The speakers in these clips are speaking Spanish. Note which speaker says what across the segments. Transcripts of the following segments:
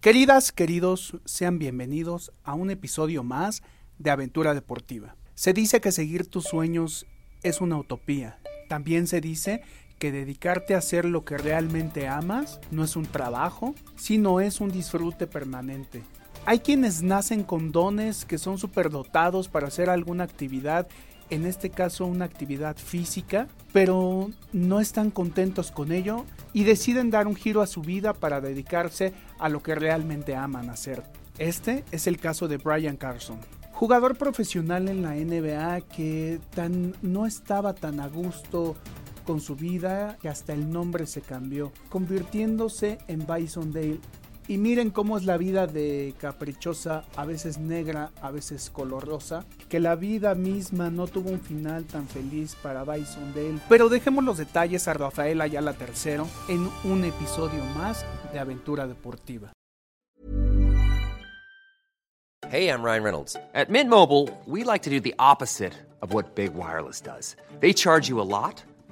Speaker 1: Queridas, queridos, sean bienvenidos a un episodio más de Aventura Deportiva. Se dice que seguir tus sueños es una utopía. También se dice que dedicarte a hacer lo que realmente amas no es un trabajo, sino es un disfrute permanente. Hay quienes nacen con dones que son superdotados para hacer alguna actividad en este caso una actividad física, pero no están contentos con ello y deciden dar un giro a su vida para dedicarse a lo que realmente aman hacer. Este es el caso de Brian Carson, jugador profesional en la NBA que tan, no estaba tan a gusto con su vida que hasta el nombre se cambió, convirtiéndose en Bison Dale. Y miren cómo es la vida de caprichosa, a veces negra, a veces colorosa, que la vida misma no tuvo un final tan feliz para Bison Dale. Pero dejemos los detalles a Rafael Ayala III en un episodio más de Aventura Deportiva.
Speaker 2: Hey, I'm Ryan Reynolds. At Mint Mobile, we like to do the opposite of what Big Wireless does. They charge you a lot,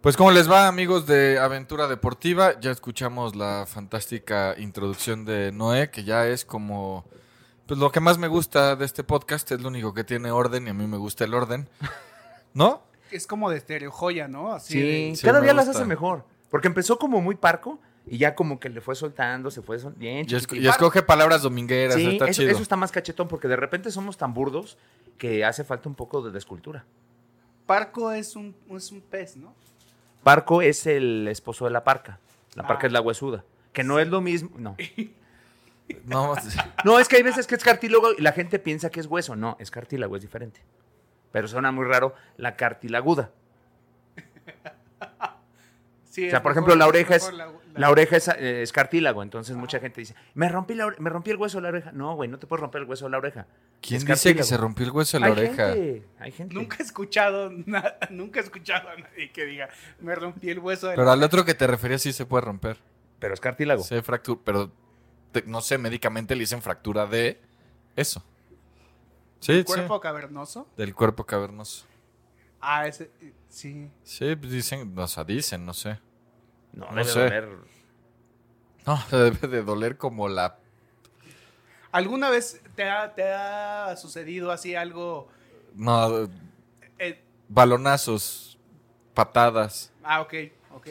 Speaker 3: Pues cómo les va amigos de Aventura Deportiva, ya escuchamos la fantástica introducción de Noé, que ya es como pues lo que más me gusta de este podcast, es lo único que tiene orden y a mí me gusta el orden. ¿No?
Speaker 1: Es como de estereo joya, ¿no? Así
Speaker 4: Sí,
Speaker 3: Sí,
Speaker 4: cada
Speaker 3: me
Speaker 4: día las
Speaker 3: gusta.
Speaker 4: hace mejor. Porque empezó como muy parco y ya como que le fue soltando, se fue sol- bien.
Speaker 3: Y, esco-
Speaker 4: chiquitín.
Speaker 3: y escoge palabras domingueras,
Speaker 4: Sí,
Speaker 3: está
Speaker 4: eso,
Speaker 3: chido.
Speaker 4: eso está más cachetón porque de repente somos tan burdos que hace falta un poco de escultura.
Speaker 1: Parco es un, es un pez, ¿no?
Speaker 4: Parco es el esposo de la parca. La
Speaker 1: Ah.
Speaker 4: parca es la huesuda. Que no es lo mismo. No.
Speaker 3: No, pues,
Speaker 4: No, es que hay veces que es cartílago y la gente piensa que es hueso. No, es cartílago, es diferente. Pero suena muy raro la cartilaguda.
Speaker 1: Sí,
Speaker 4: O sea, por ejemplo, la oreja es, la oreja es, eh, es cartílago, entonces mucha gente dice, me rompí, la ore- me rompí el hueso de la oreja. No, güey, no te puedes romper el hueso de la oreja.
Speaker 3: ¿quién
Speaker 4: Es
Speaker 3: dice que
Speaker 4: cartílago.
Speaker 3: se rompió el hueso de la
Speaker 4: hay
Speaker 3: oreja?
Speaker 4: Gente, hay gente.
Speaker 1: Nunca he escuchado, na- nunca he escuchado a nadie que diga, me rompí el hueso de
Speaker 3: Pero
Speaker 1: la...
Speaker 3: al otro que te referías sí se puede romper.
Speaker 4: Pero es cartílago.
Speaker 3: Se fractura, pero te- no sé, médicamente le dicen fractura de eso. Sí, sí.
Speaker 1: ¿Cuerpo cavernoso?
Speaker 3: Del cuerpo cavernoso.
Speaker 1: Ah, ese, sí.
Speaker 3: Sí, pues dicen, o sea, dicen, no sé.
Speaker 4: No,
Speaker 3: no
Speaker 4: debe
Speaker 3: sé.
Speaker 4: doler.
Speaker 3: No, debe de doler como la...
Speaker 1: ¿Alguna vez te ha, te ha sucedido así algo?
Speaker 3: No,
Speaker 1: eh,
Speaker 3: balonazos, patadas.
Speaker 1: ah, ok, ok.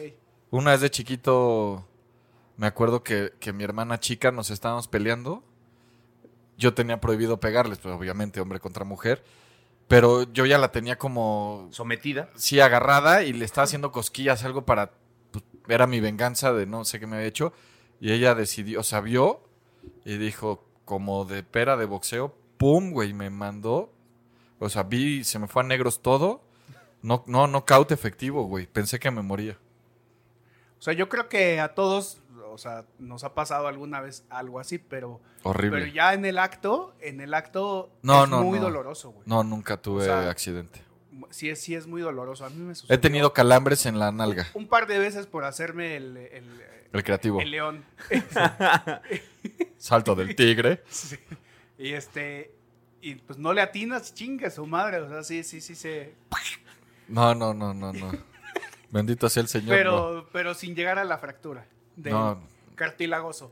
Speaker 3: Una vez de chiquito, me acuerdo que, que mi hermana chica nos estábamos peleando. Yo tenía prohibido pegarles, pues obviamente hombre contra mujer. Pero yo ya la tenía como,
Speaker 4: Sometida.
Speaker 3: sí, agarrada y le estaba haciendo cosquillas, algo para... pues, era mi venganza de no sé qué me había hecho. Y ella decidió, o sea, vio y dijo, como de pera de boxeo, ¡pum! Güey, me mandó. O sea, vi, se me fue a negros todo. No, no, no caute efectivo, güey. Pensé que me moría.
Speaker 1: O sea, yo creo que a todos, o sea, nos ha pasado alguna vez algo así, pero,
Speaker 3: Horrible.
Speaker 1: pero ya en el acto, en el acto
Speaker 3: No,
Speaker 1: es
Speaker 3: no,
Speaker 1: muy
Speaker 3: no.
Speaker 1: doloroso, güey.
Speaker 3: No, nunca tuve
Speaker 1: O sea,
Speaker 3: accidente.
Speaker 1: Sí, es- sí es muy doloroso. A mí me sucedió
Speaker 3: He tenido calambres en la nalga,
Speaker 1: un par de veces por hacerme el- el,
Speaker 3: el creativo.
Speaker 1: El león.
Speaker 3: Salto del tigre.
Speaker 1: Sí. Y este. Y pues no le atinas, chinga su madre. O sea, sí, sí, sí se.
Speaker 3: No, no, no, no, no. Bendito sea el Señor. no.
Speaker 1: Pero, pero sin llegar a la fractura. De
Speaker 3: No.
Speaker 1: cartilagoso.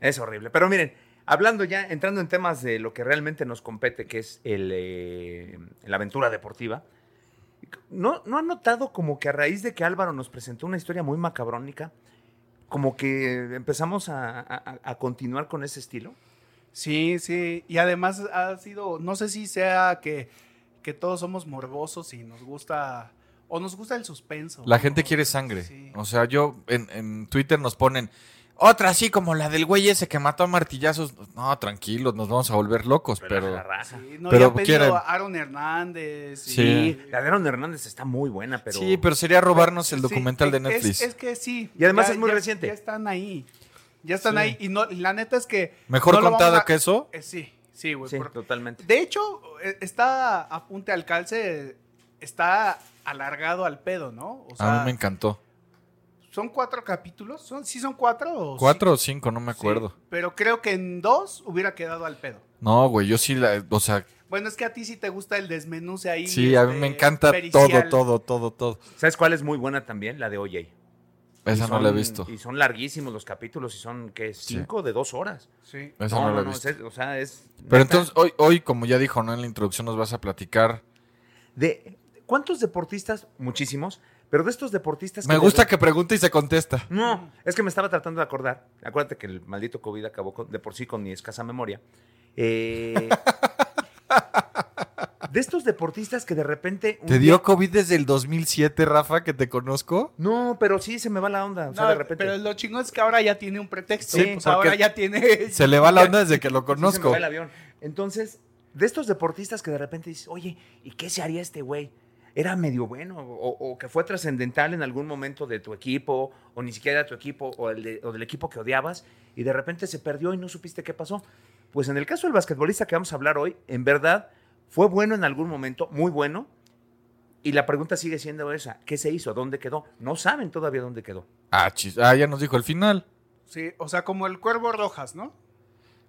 Speaker 4: Es horrible. Pero miren, hablando ya, entrando en temas de lo que realmente nos compete, que es el, eh, la aventura deportiva, ¿no, ¿no han notado como que a raíz de que Álvaro nos presentó una historia muy macabrónica, como que empezamos a- a- a- a continuar con ese estilo?
Speaker 1: Sí, sí. Y además ha sido, no sé si sea que, que todos somos morbosos y nos gusta, o nos gusta el suspenso.
Speaker 3: La
Speaker 1: ¿no?
Speaker 3: gente quiere sangre.
Speaker 1: Sí.
Speaker 3: O sea, yo en, en Twitter nos ponen otra así como la del güey ese que mató a martillazos. No, tranquilos, nos vamos a volver locos,
Speaker 4: Pero... La
Speaker 3: pero.
Speaker 4: raza.
Speaker 1: Sí, no,
Speaker 3: Pero
Speaker 1: ya ha pedido
Speaker 3: quieren.
Speaker 1: a Aaron Hernández. y-
Speaker 3: Sí.
Speaker 4: La de Aaron Hernández está muy buena, pero.
Speaker 3: Sí, pero sería robarnos el
Speaker 1: Sí,
Speaker 3: documental de
Speaker 1: es-
Speaker 3: Netflix.
Speaker 1: Es, que sí.
Speaker 4: Y además es muy reciente.
Speaker 1: Ya están ahí. Ya están ahí. Y no, la neta es que.
Speaker 3: Mejor
Speaker 1: no lo
Speaker 3: contado
Speaker 1: vamos a-
Speaker 3: que eso.
Speaker 1: Eh, sí, sí, güey.
Speaker 4: Sí,
Speaker 1: por-
Speaker 4: totalmente.
Speaker 1: De hecho, eh, está a punta al calce. Está alargado al pedo, ¿no? O
Speaker 3: a
Speaker 1: sea,
Speaker 3: mí me encantó.
Speaker 1: son cuatro capítulos. ¿Son, ¿Sí son cuatro? O
Speaker 3: Cuatro
Speaker 1: sí?
Speaker 3: o cinco, no me
Speaker 1: Sí,
Speaker 3: acuerdo.
Speaker 1: pero creo que en dos hubiera quedado al pedo.
Speaker 3: No, güey, yo sí la. O sea,
Speaker 1: Bueno, es que a ti sí te gusta el desmenuce ahí.
Speaker 3: sí, a mí
Speaker 1: este,
Speaker 3: me encanta
Speaker 1: pericial.
Speaker 3: todo, todo, todo, todo.
Speaker 4: ¿Sabes cuál es muy buena también? La de OJ.
Speaker 3: Esa
Speaker 4: Y
Speaker 3: no la he
Speaker 4: son-
Speaker 3: visto.
Speaker 4: Y son larguísimos los capítulos y son, ¿qué? Cinco de dos horas.
Speaker 1: Sí.
Speaker 3: Esa no, la he visto.
Speaker 4: es- o sea, es.
Speaker 3: Pero
Speaker 4: neta,
Speaker 3: entonces, hoy, hoy, como ya dijo, ¿no? En la introducción nos vas a platicar.
Speaker 4: De, ¿Cuántos deportistas? Muchísimos. Pero de estos deportistas.
Speaker 3: Me
Speaker 4: de
Speaker 3: gusta
Speaker 4: re-
Speaker 3: que pregunte y se contesta.
Speaker 4: No, es que me estaba tratando de acordar. Acuérdate que el maldito COVID acabó con- de por sí con mi escasa memoria. Eh, de estos deportistas que de repente. un
Speaker 3: ¿Te
Speaker 4: día-
Speaker 3: dio COVID desde el 2007, Rafa, que te conozco?
Speaker 4: No, pero sí se me va la onda. O sea,
Speaker 1: No,
Speaker 4: de repente.
Speaker 1: Pero lo chingón es que ahora ya tiene un pretexto.
Speaker 3: Sí,
Speaker 1: Sí, pues
Speaker 3: porque
Speaker 1: ahora ya tiene.
Speaker 3: Se le va la onda desde que lo
Speaker 4: Sí se me
Speaker 3: conozco.
Speaker 4: va el avión. Entonces, de estos deportistas que de repente dices, oye, ¿y qué se haría este güey? Era medio bueno, o, o que fue trascendental en algún momento de tu equipo, o ni siquiera de tu equipo, o, el de- o del equipo que odiabas, y de repente se perdió y no supiste qué pasó. Pues en el caso del basquetbolista que vamos a hablar hoy, en verdad, fue bueno en algún momento, muy bueno, y la pregunta sigue siendo esa, ¿qué se hizo? ¿Dónde quedó? No saben todavía dónde quedó.
Speaker 3: Ah, chis- ah, ya nos dijo el final.
Speaker 1: Sí, o sea, como el cuervo rojas, ¿no?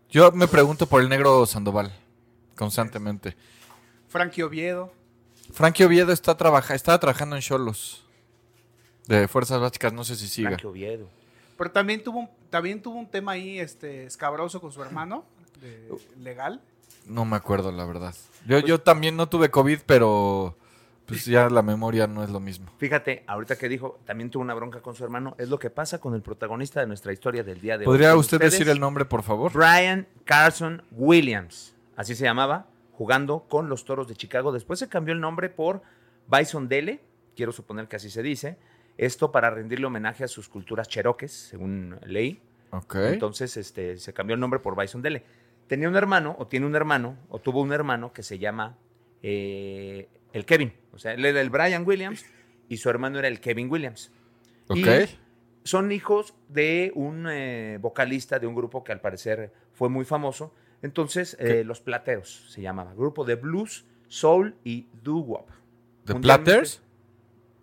Speaker 3: Yo me pregunto por el negro Sandoval, constantemente.
Speaker 1: Frankie Oviedo.
Speaker 3: Frankie Oviedo está trabaja, estaba trabajando en Cholos. De Fuerzas Básicas, no sé si siga.
Speaker 4: Frankie Oviedo.
Speaker 1: Pero también tuvo un, también tuvo un tema ahí este, escabroso con su hermano, de- legal.
Speaker 3: No me acuerdo, la verdad. Yo,
Speaker 4: Pues
Speaker 3: yo también no tuve COVID, pero pues ya la memoria no es lo mismo.
Speaker 4: Fíjate, ahorita que dijo, también tuvo una bronca con su hermano. Es lo que pasa con el protagonista de nuestra historia del día de hoy.
Speaker 3: ¿Podría
Speaker 4: Con
Speaker 3: usted
Speaker 4: ustedes,
Speaker 3: decir el nombre, por favor?
Speaker 4: Brian Carson Williams, así se llamaba, jugando con los Toros de Chicago. Después se cambió el nombre por Bison Dele, quiero suponer que así se dice. Esto para rendirle homenaje a sus culturas cheroques, según ley.
Speaker 3: Ok.
Speaker 4: Entonces este, se cambió el nombre por Bison Dele. Tenía un hermano, o tiene un hermano, o tuvo un hermano que se llama eh, el Kevin. O sea, él era el Brian Williams y su hermano era el Kevin Williams.
Speaker 3: Ok.
Speaker 4: Y son hijos de un eh, vocalista de un grupo que al parecer fue muy famoso. Entonces, eh, Los Plateros se llamaba. Grupo de blues, soul y doo-wop.
Speaker 3: ¿The
Speaker 4: Mundialmente-
Speaker 3: Platters?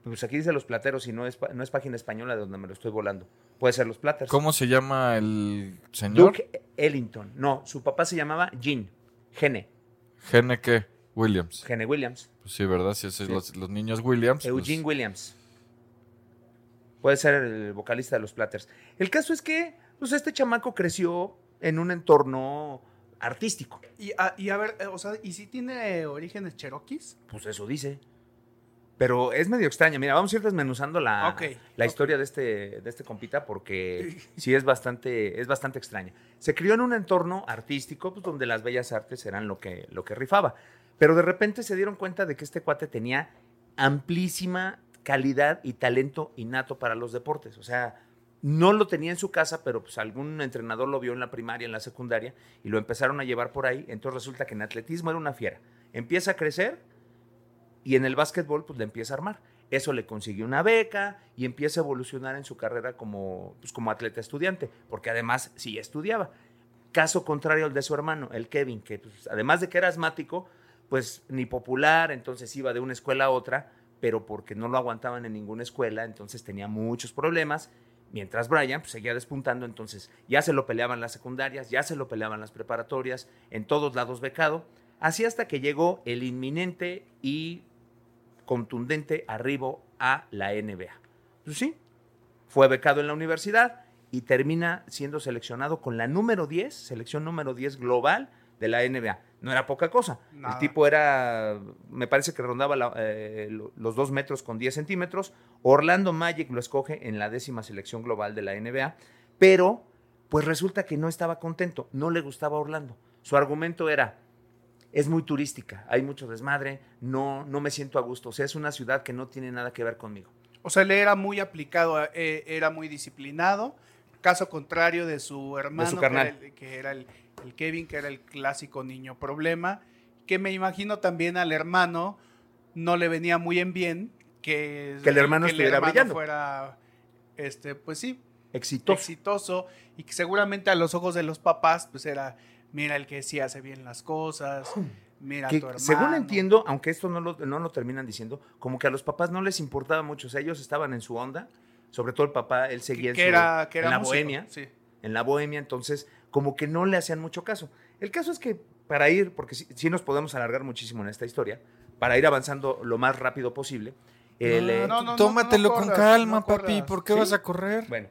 Speaker 4: Pues aquí dice Los Plateros y no es, pa- no es página española de donde me lo estoy volando. Puede ser Los Plateros.
Speaker 3: ¿Cómo se llama el señor?
Speaker 4: Duke Ellington. No, su papá se llamaba Gene. Gene.
Speaker 3: Gene qué? Williams.
Speaker 4: Gene Williams.
Speaker 3: Pues sí, ¿verdad? Si es
Speaker 4: Sí.
Speaker 3: Los, los niños Williams. pues-
Speaker 4: Eugene Williams. Puede ser el vocalista de los Platters. El caso es que, pues, este chamaco creció en un entorno artístico.
Speaker 1: Y a, y a ver, eh, o sea, ¿y si tiene orígenes cheroquis?
Speaker 4: Pues eso dice. Pero es medio extraña. Mira, vamos a ir desmenuzando la,
Speaker 1: Ok,
Speaker 4: la
Speaker 1: ok.
Speaker 4: historia de este, de este compita porque sí es bastante, es bastante extraña. Se crió en un entorno artístico pues, donde las bellas artes eran lo que, lo que rifaba. Pero de repente se dieron cuenta de que este cuate tenía amplísima calidad y talento innato para los deportes. O sea, no lo tenía en su casa, pero pues algún entrenador lo vio en la primaria, en la secundaria, y lo empezaron a llevar por ahí. Entonces resulta que en atletismo era una fiera. Empieza a crecer y en el básquetbol pues le empieza a armar. Eso le consiguió una beca y empieza a evolucionar en su carrera como, pues, como atleta estudiante, porque además sí estudiaba. Caso contrario al de su hermano, el Kevin, que pues, además de que era asmático, pues ni popular, entonces iba de una escuela a otra, pero porque no lo aguantaban en ninguna escuela, entonces tenía muchos problemas. Mientras Brian pues, seguía despuntando, entonces ya se lo peleaban las secundarias, ya se lo peleaban las preparatorias, en todos lados becado, así hasta que llegó el inminente y contundente arribo a la NBA. Pues sí, fue becado en la universidad y termina siendo seleccionado con la número 10, selección número 10 global de la NBA. No era poca cosa.
Speaker 1: Nada.
Speaker 4: El tipo era, me parece que rondaba la- eh, lo- los 2 metros con 10 centímetros. Orlando Magic lo escoge en la décima selección global de la NBA, pero Pues resulta que no estaba contento, no le gustaba Orlando. Su argumento era, es muy turística, hay mucho desmadre, no, no me siento a gusto, o sea, es una ciudad que no tiene nada que ver conmigo.
Speaker 1: O sea, él era muy aplicado, eh, era muy disciplinado. Caso contrario de su hermano, que era,
Speaker 4: carnal.
Speaker 1: el, que era el- el Kevin, que era el clásico niño problema. Que me imagino también al hermano no le venía muy en bien que,
Speaker 4: Que el hermano estuviera brillando.
Speaker 1: fuera, este, pues sí,
Speaker 4: Exitoso.
Speaker 1: exitoso y que seguramente a los ojos de los papás pues era, mira el que sí hace bien las cosas, mira a
Speaker 4: que,
Speaker 1: tu hermano.
Speaker 4: según entiendo, aunque esto no lo, no lo terminan diciendo, como que a los papás no les importaba mucho, o sea, ellos estaban en su onda, sobre todo el papá, él seguía
Speaker 1: que,
Speaker 4: en,
Speaker 1: que
Speaker 4: su-
Speaker 1: era, que era
Speaker 4: en la
Speaker 1: músico,
Speaker 4: bohemia,
Speaker 1: sí.
Speaker 4: en la bohemia, entonces como que no le hacían mucho caso. El caso es que para ir, porque sí, sí nos podemos alargar muchísimo en esta historia, para ir avanzando lo más rápido posible, el, eh,
Speaker 1: Ah, No, no, no,
Speaker 3: Tómatelo
Speaker 1: no
Speaker 3: con
Speaker 1: corras,
Speaker 3: calma,
Speaker 1: no
Speaker 3: papi.
Speaker 1: corras.
Speaker 3: ¿Por qué
Speaker 4: Sí.
Speaker 3: vas a correr?
Speaker 4: bueno,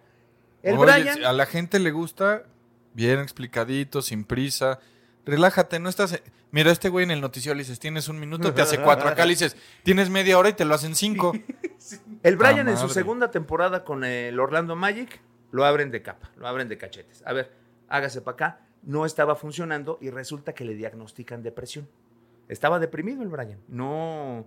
Speaker 4: el
Speaker 3: Oye,
Speaker 4: Brian...
Speaker 3: si A la gente le gusta, bien explicadito, sin prisa. Relájate, no estás. Mira, este güey en el noticiero le dices, tienes un minuto, te hace cuatro. Acá le dices, tienes media hora y te lo hacen cinco.
Speaker 4: El
Speaker 3: Puta
Speaker 4: Brian en su
Speaker 3: madre.
Speaker 4: segunda temporada con el Orlando Magic lo abren de capa, lo abren de cachetes. A ver, hágase para acá. No estaba funcionando y resulta que le diagnostican depresión. Estaba deprimido el Brian. No.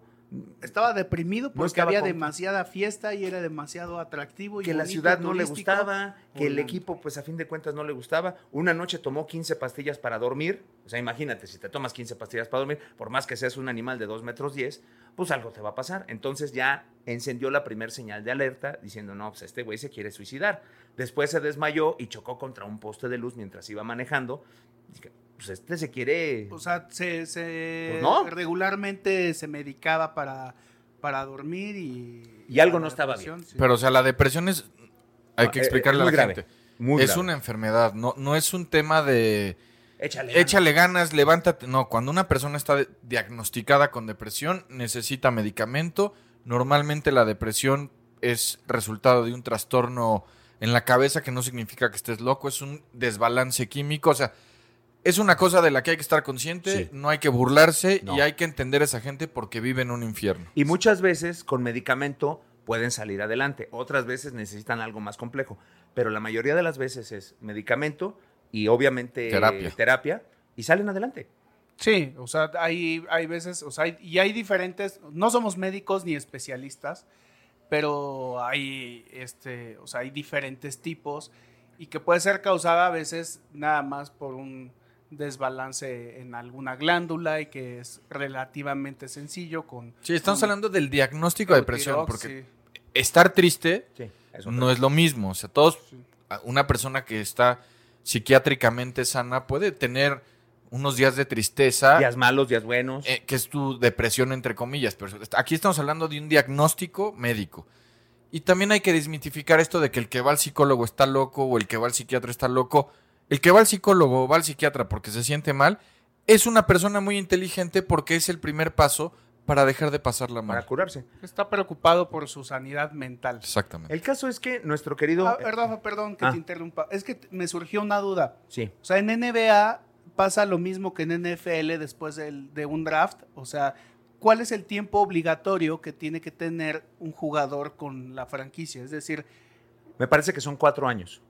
Speaker 1: Estaba deprimido porque
Speaker 4: estaba
Speaker 1: había
Speaker 4: contento.
Speaker 1: demasiada fiesta y era demasiado atractivo. Y
Speaker 4: Que la
Speaker 1: bonito,
Speaker 4: ciudad no le
Speaker 1: turístico.
Speaker 4: gustaba, que el
Speaker 1: Orlando.
Speaker 4: equipo, pues a fin de cuentas, no le gustaba. Una noche tomó 15 pastillas para dormir. O sea, imagínate, si te tomas 15 pastillas para dormir, por más que seas un animal de 2 metros 10, pues algo te va a pasar. Entonces ya encendió la primer señal de alerta diciendo, no, pues este güey se quiere suicidar. Después se desmayó y chocó contra un poste de luz mientras iba manejando. Dije, Pues este se quiere...
Speaker 1: O sea, se, se-
Speaker 4: Pues no.
Speaker 1: regularmente se medicaba para, para dormir y...
Speaker 4: Y algo
Speaker 1: la
Speaker 4: no estaba
Speaker 1: depresión, sí.
Speaker 3: Pero, o sea, la depresión es. Hay que
Speaker 4: Eh, eh,
Speaker 3: explicarle a
Speaker 4: muy
Speaker 3: la
Speaker 4: grave,
Speaker 3: gente.
Speaker 4: muy
Speaker 3: es
Speaker 4: grave.
Speaker 3: una enfermedad, no, no es un tema de.
Speaker 4: Échale. ganas".
Speaker 3: Échale ganas, levántate. No, cuando una persona está de- diagnosticada con depresión, necesita medicamento. Normalmente la depresión es resultado de un trastorno en la cabeza que no significa que estés loco, es un desbalance químico. O sea, es una cosa de la que hay que estar consciente,
Speaker 4: Sí.
Speaker 3: no hay que burlarse
Speaker 4: No.
Speaker 3: y hay que entender a esa gente porque vive en un infierno.
Speaker 4: Y muchas veces con medicamento pueden salir adelante, otras veces necesitan algo más complejo, pero la mayoría de las veces es medicamento y obviamente eh,
Speaker 3: Terapia.
Speaker 4: terapia, y salen adelante.
Speaker 1: Sí, o sea, hay, hay veces, o sea, hay- y hay diferentes, no somos médicos ni especialistas, pero hay, este, o sea, hay diferentes tipos y que puede ser causada a veces nada más por un desbalance en alguna glándula y que es relativamente sencillo con...
Speaker 3: Sí, estamos
Speaker 1: con
Speaker 3: hablando del diagnóstico de depresión,
Speaker 1: Eutirox,
Speaker 3: porque
Speaker 1: sí.
Speaker 3: estar triste
Speaker 4: Sí, eso
Speaker 3: no es lo mismo. O sea, todos, a- una persona que está psiquiátricamente sana puede tener unos días de tristeza,
Speaker 4: Días malos, días buenos.
Speaker 3: eh, que es tu depresión entre comillas. Pero est- aquí estamos hablando de un diagnóstico médico. Y también hay que desmitificar esto de que el que va al psicólogo está loco o el que va al psiquiatra está loco. El que va al psicólogo o va al psiquiatra porque se siente mal es una persona muy inteligente porque es el primer paso para dejar de pasarla
Speaker 4: para
Speaker 3: mal.
Speaker 4: curarse.
Speaker 1: Está preocupado por su sanidad mental.
Speaker 3: Exactamente.
Speaker 4: El caso es que nuestro querido...
Speaker 1: Ah, Rafa, perdón que
Speaker 4: Ah.
Speaker 1: te interrumpa. Es que t- me surgió una duda.
Speaker 4: Sí.
Speaker 1: O sea, en NBA pasa lo mismo que en NFL después del- de un draft. O sea, ¿cuál es el tiempo obligatorio que tiene que tener un jugador con la franquicia? Es decir,
Speaker 4: Me parece que son cuatro años.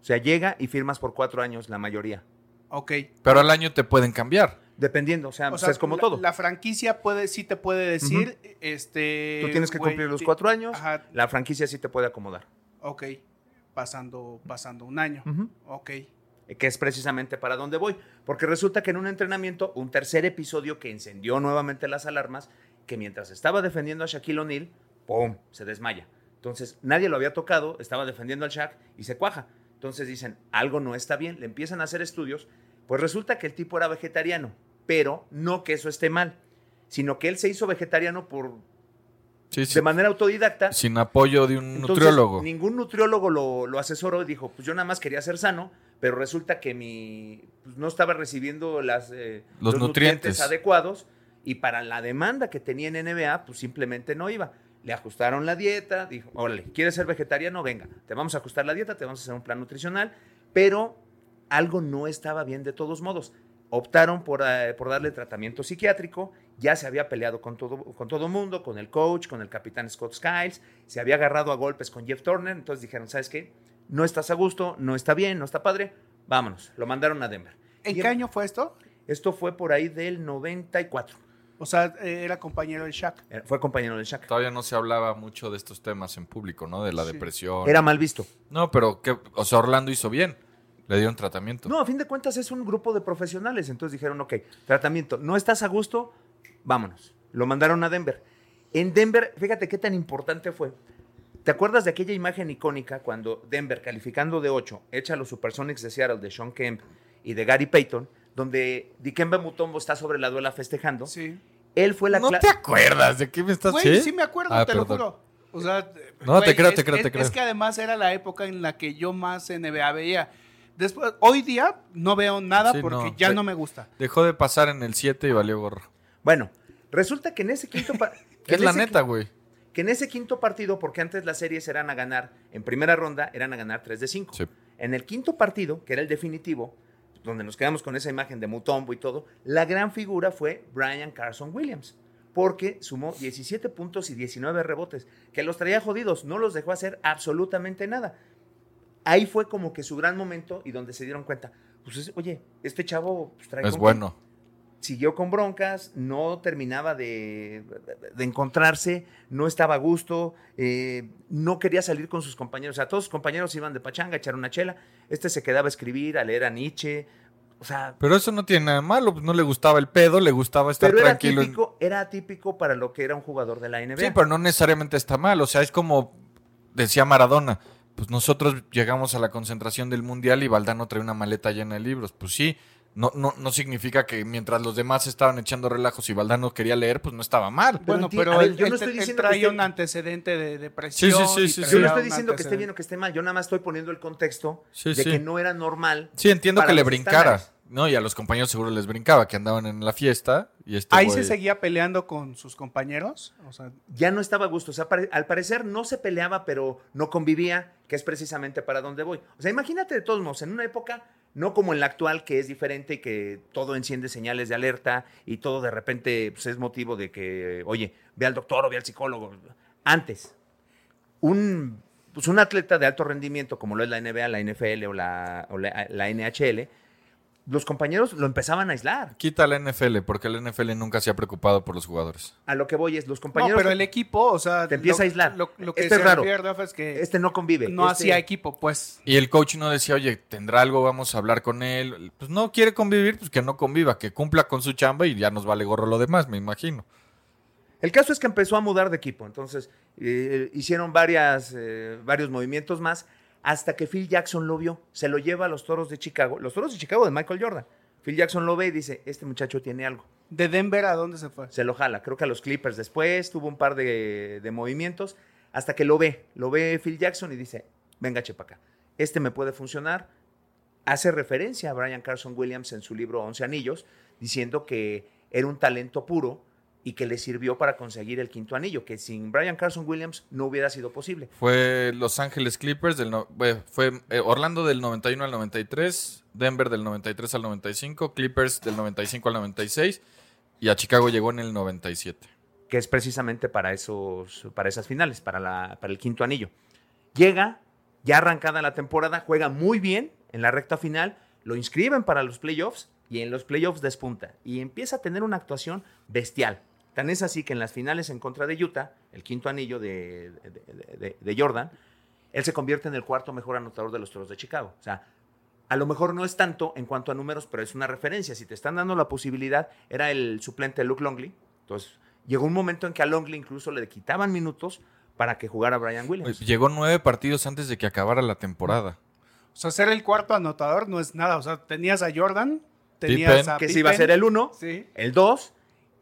Speaker 4: O sea, llega y firmas por cuatro años la mayoría.
Speaker 1: ok.
Speaker 3: Pero al año te pueden cambiar.
Speaker 4: Dependiendo, o sea,
Speaker 1: O
Speaker 4: pues
Speaker 1: sea,
Speaker 4: es como
Speaker 1: la-
Speaker 4: todo.
Speaker 1: La franquicia puede, sí te puede decir, este...
Speaker 4: Tú tienes que
Speaker 1: güey,
Speaker 4: cumplir los
Speaker 1: ti-
Speaker 4: cuatro años,
Speaker 1: Ajá,
Speaker 4: la franquicia sí te puede acomodar.
Speaker 1: ok. Pasando, pasando un año.
Speaker 4: Ujú.
Speaker 1: Ok.
Speaker 4: eh, que es precisamente para donde voy, porque resulta que en un entrenamiento, un tercer episodio que encendió nuevamente las alarmas, que mientras estaba defendiendo a Shaquille O'Neal, ¡pum!, se desmaya. Entonces, nadie lo había tocado, estaba defendiendo al Shaq y se cuaja. Entonces dicen, algo no está bien, le empiezan a hacer estudios, pues resulta que el tipo era vegetariano, pero no que eso esté mal, sino que él se hizo vegetariano por,
Speaker 3: Sí, sí.
Speaker 4: de manera autodidacta
Speaker 3: sin apoyo de un
Speaker 4: entonces,
Speaker 3: nutriólogo.
Speaker 4: Ningún nutriólogo lo, lo asesoró y dijo, pues yo nada más quería ser sano, pero resulta que mi pues, no estaba recibiendo las, eh,
Speaker 3: Los nutrientes.
Speaker 4: adecuados y para la demanda que tenía en NBA, pues simplemente no iba. Le ajustaron la dieta, dijo, órale, ¿quieres ser vegetariano? Venga, te vamos a ajustar la dieta, te vamos a hacer un plan nutricional, pero algo no estaba bien de todos modos. Optaron por, eh, por darle tratamiento psiquiátrico, ya se había peleado con todo, con todo mundo, con el coach, con el capitán Scott Skiles, se había agarrado a golpes con Jeff Turner, entonces dijeron, ¿sabes qué? no estás a gusto, no está bien, no está padre, vámonos. Lo mandaron a Denver.
Speaker 1: ¿En
Speaker 4: Y
Speaker 1: qué año fue esto?
Speaker 4: Esto fue por ahí del 94.
Speaker 1: O sea, eh, era compañero de Shaq.
Speaker 4: Eh, Fue compañero del Shaq.
Speaker 3: Todavía no se hablaba mucho de estos temas en público, ¿no? De la
Speaker 1: Sí.
Speaker 3: depresión.
Speaker 4: Era mal visto.
Speaker 3: No, pero que, o sea, Orlando hizo bien. Le dieron tratamiento.
Speaker 4: No, a fin de cuentas es un grupo de profesionales. Entonces dijeron, ok, tratamiento, no estás a gusto, vámonos. Lo mandaron a Denver. En Denver, fíjate qué tan importante fue. ¿Te acuerdas de aquella imagen icónica cuando Denver, calificando de 8, echa a los Supersonics de Seattle, de Sean Kemp y de Gary Payton, donde Dikembe Mutombo está sobre la duela festejando?
Speaker 1: Sí.
Speaker 4: Él fue la
Speaker 3: ¿No
Speaker 4: cla-
Speaker 3: te acuerdas de qué me estás
Speaker 1: Güey,
Speaker 3: ¿Sí?
Speaker 1: ¿Sí? me acuerdo,
Speaker 3: Ah,
Speaker 1: te lo
Speaker 3: perdón.
Speaker 1: juro. O sea,
Speaker 3: No,
Speaker 1: güey,
Speaker 3: te creo,
Speaker 1: es-
Speaker 3: te creo,
Speaker 1: es-
Speaker 3: te creo.
Speaker 1: Es que además era la época en la que yo más NBA veía. Después, hoy día no veo nada
Speaker 3: Sí,
Speaker 1: porque
Speaker 3: no,
Speaker 1: ya
Speaker 3: sí.
Speaker 1: no me gusta.
Speaker 3: Dejó de pasar en el 7 y valió gorro.
Speaker 4: Bueno, resulta que en ese quinto... pa- que
Speaker 3: Es
Speaker 4: en
Speaker 3: la
Speaker 4: ese
Speaker 3: neta, güey.
Speaker 4: que en ese quinto partido, porque antes las series eran a ganar, en primera ronda eran a ganar 3 de 5.
Speaker 3: Sí.
Speaker 4: En el quinto partido, que era el definitivo, donde nos quedamos con esa imagen de Mutombo y todo, la gran figura fue Brian Carson Williams, porque sumó 17 puntos y 19 rebotes, que los traía jodidos, no los dejó hacer absolutamente nada. Ahí fue como que su gran momento y donde se dieron cuenta, pues es- oye, este chavo pues, trae
Speaker 3: Es
Speaker 4: con
Speaker 3: bueno.
Speaker 4: siguió con broncas, no terminaba de, de encontrarse, no estaba a gusto, eh, no quería salir con sus compañeros. O sea, todos sus compañeros iban de pachanga, a echar una chela. Este se quedaba a escribir, a leer a Nietzsche. O sea,
Speaker 3: Pero eso no tiene nada de malo. pues, No le gustaba el pedo, le gustaba estar
Speaker 4: pero era
Speaker 3: tranquilo. en-
Speaker 4: atípico, era atípico para lo que era un jugador de la NBA.
Speaker 3: Sí, pero no necesariamente está mal. O sea, es como decía Maradona. Pues nosotros llegamos a la concentración del Mundial y Valdano trae una maleta llena de libros. Pues sí, no, no, no significa que mientras los demás estaban echando relajos y Valdano quería leer, pues no estaba mal.
Speaker 4: Pero
Speaker 1: bueno,
Speaker 4: enti-
Speaker 1: pero
Speaker 4: a ver,
Speaker 1: él-
Speaker 4: yo no
Speaker 1: él-
Speaker 4: estoy
Speaker 1: él
Speaker 4: diciendo que
Speaker 1: traía
Speaker 4: esté-
Speaker 1: un antecedente de depresión.
Speaker 3: sí,
Speaker 1: y
Speaker 3: sí,
Speaker 1: traía
Speaker 3: sí.
Speaker 4: Yo no estoy
Speaker 1: un
Speaker 4: diciendo que esté bien o
Speaker 1: antecedente.
Speaker 4: que esté mal, yo nada más estoy poniendo el contexto
Speaker 3: Sí,
Speaker 4: de
Speaker 3: sí.
Speaker 4: que no era normal.
Speaker 3: Sí, entiendo
Speaker 4: para
Speaker 3: que le
Speaker 4: los
Speaker 3: brincara.
Speaker 4: estándares.
Speaker 3: No, y a los compañeros seguro les brincaba, que andaban en la fiesta y este
Speaker 1: Ahí
Speaker 3: güey-
Speaker 1: se seguía peleando con sus compañeros. O sea,
Speaker 4: ya no estaba a gusto. O sea, pare- al parecer no se peleaba, pero no convivía, que es precisamente para donde voy. O sea, imagínate de todos modos, en una época, no como en la actual, que es diferente y que todo enciende señales de alerta y todo de repente pues, es motivo de que, oye, ve al doctor o ve al psicólogo. Antes, un, pues, un atleta de alto rendimiento, como lo es la NBA, la NFL o la, o la- la NHL, los compañeros lo empezaban a aislar.
Speaker 3: Quita la NFL, porque la NFL nunca se ha preocupado por los jugadores.
Speaker 4: A lo que voy es, los compañeros...
Speaker 1: no, pero el equipo, o sea,
Speaker 4: Te empieza
Speaker 1: lo-
Speaker 4: a aislar.
Speaker 1: Lo, lo que
Speaker 4: Esto es
Speaker 1: se
Speaker 4: raro.
Speaker 1: refiere, Rafa, es que
Speaker 4: Este no convive.
Speaker 1: no
Speaker 4: este-
Speaker 1: hacía equipo, pues.
Speaker 3: Y el coach no decía, oye, tendrá algo, vamos a hablar con él. Pues no quiere convivir, pues que no conviva, que cumpla con su chamba y ya nos vale gorro lo demás, me imagino.
Speaker 4: El caso es que empezó a mudar de equipo, entonces eh, hicieron varias, eh, varios movimientos más hasta que Phil Jackson lo vio, se lo lleva a los Toros de Chicago, los Toros de Chicago de Michael Jordan. Phil Jackson lo ve y dice, este muchacho tiene algo,
Speaker 1: ¿De Denver a dónde se fue?
Speaker 4: se lo jala, creo que a los Clippers después, tuvo un par de, de movimientos, hasta que lo ve, lo ve Phil Jackson y dice, venga chepa acá, este me puede funcionar, hace referencia a Brian Carson Williams en su libro Once Anillos, diciendo que era un talento puro y que le sirvió para conseguir el quinto anillo, que sin Brian Carson Williams no hubiera sido posible.
Speaker 3: Fue Los Ángeles Clippers, del no- eh, fue eh, Orlando del 91 al 93, Denver del 93 al 95, Clippers del 95 al 96 y a Chicago llegó en el 97.
Speaker 4: que es precisamente para, esos, para esas finales, para, la, para el quinto anillo. Llega, ya arrancada la temporada, juega muy bien en la recta final, lo inscriben para los playoffs y en los playoffs despunta y empieza a tener una actuación bestial. Tan es así que en las finales en contra de Utah, el quinto anillo de, de- de- de Jordan, él se convierte en el cuarto mejor anotador de los Toros de Chicago. O sea, a lo mejor no es tanto en cuanto a números, pero es una referencia. Si te están dando la posibilidad, era el suplente de Luke Longley. Entonces, llegó un momento en que a Longley incluso le quitaban minutos para que jugara Brian Williams.
Speaker 3: Llegó nueve partidos antes de que acabara la temporada.
Speaker 1: O sea, ser el cuarto anotador no es nada. O sea, tenías a Jordan, tenías
Speaker 3: Pippen.
Speaker 1: a
Speaker 4: que se iba a
Speaker 1: Pippen,
Speaker 4: ser el 1,
Speaker 1: Sí,
Speaker 4: el 2,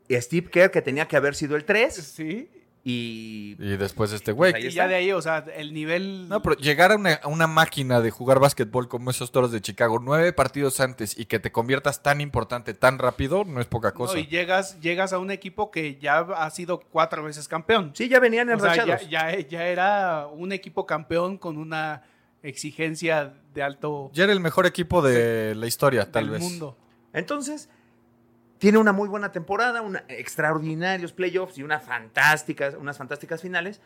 Speaker 4: y Steve Kerr, que tenía que haber sido el 3,
Speaker 1: sí.
Speaker 4: y
Speaker 3: Y después este güey.
Speaker 4: Ahí
Speaker 1: Y
Speaker 4: está.
Speaker 1: ya de ahí, o sea, el nivel...
Speaker 3: No, pero llegar a una, a una máquina de jugar básquetbol como esos toros de Chicago nueve partidos antes y que te conviertas tan importante tan rápido no es poca
Speaker 1: No,
Speaker 3: cosa.
Speaker 1: y llegas, llegas a un equipo que ya ha sido cuatro veces campeón.
Speaker 4: sí, ya venían
Speaker 1: O sea,
Speaker 4: enrachados.
Speaker 1: ya, ya- ya era un equipo campeón con una exigencia de alto
Speaker 3: Ya era el mejor equipo de la historia, tal
Speaker 1: del
Speaker 3: vez.
Speaker 1: mundo.
Speaker 4: Entonces, tiene una muy buena temporada, una, extraordinarios playoffs y una fantástica- unas fantásticas finales.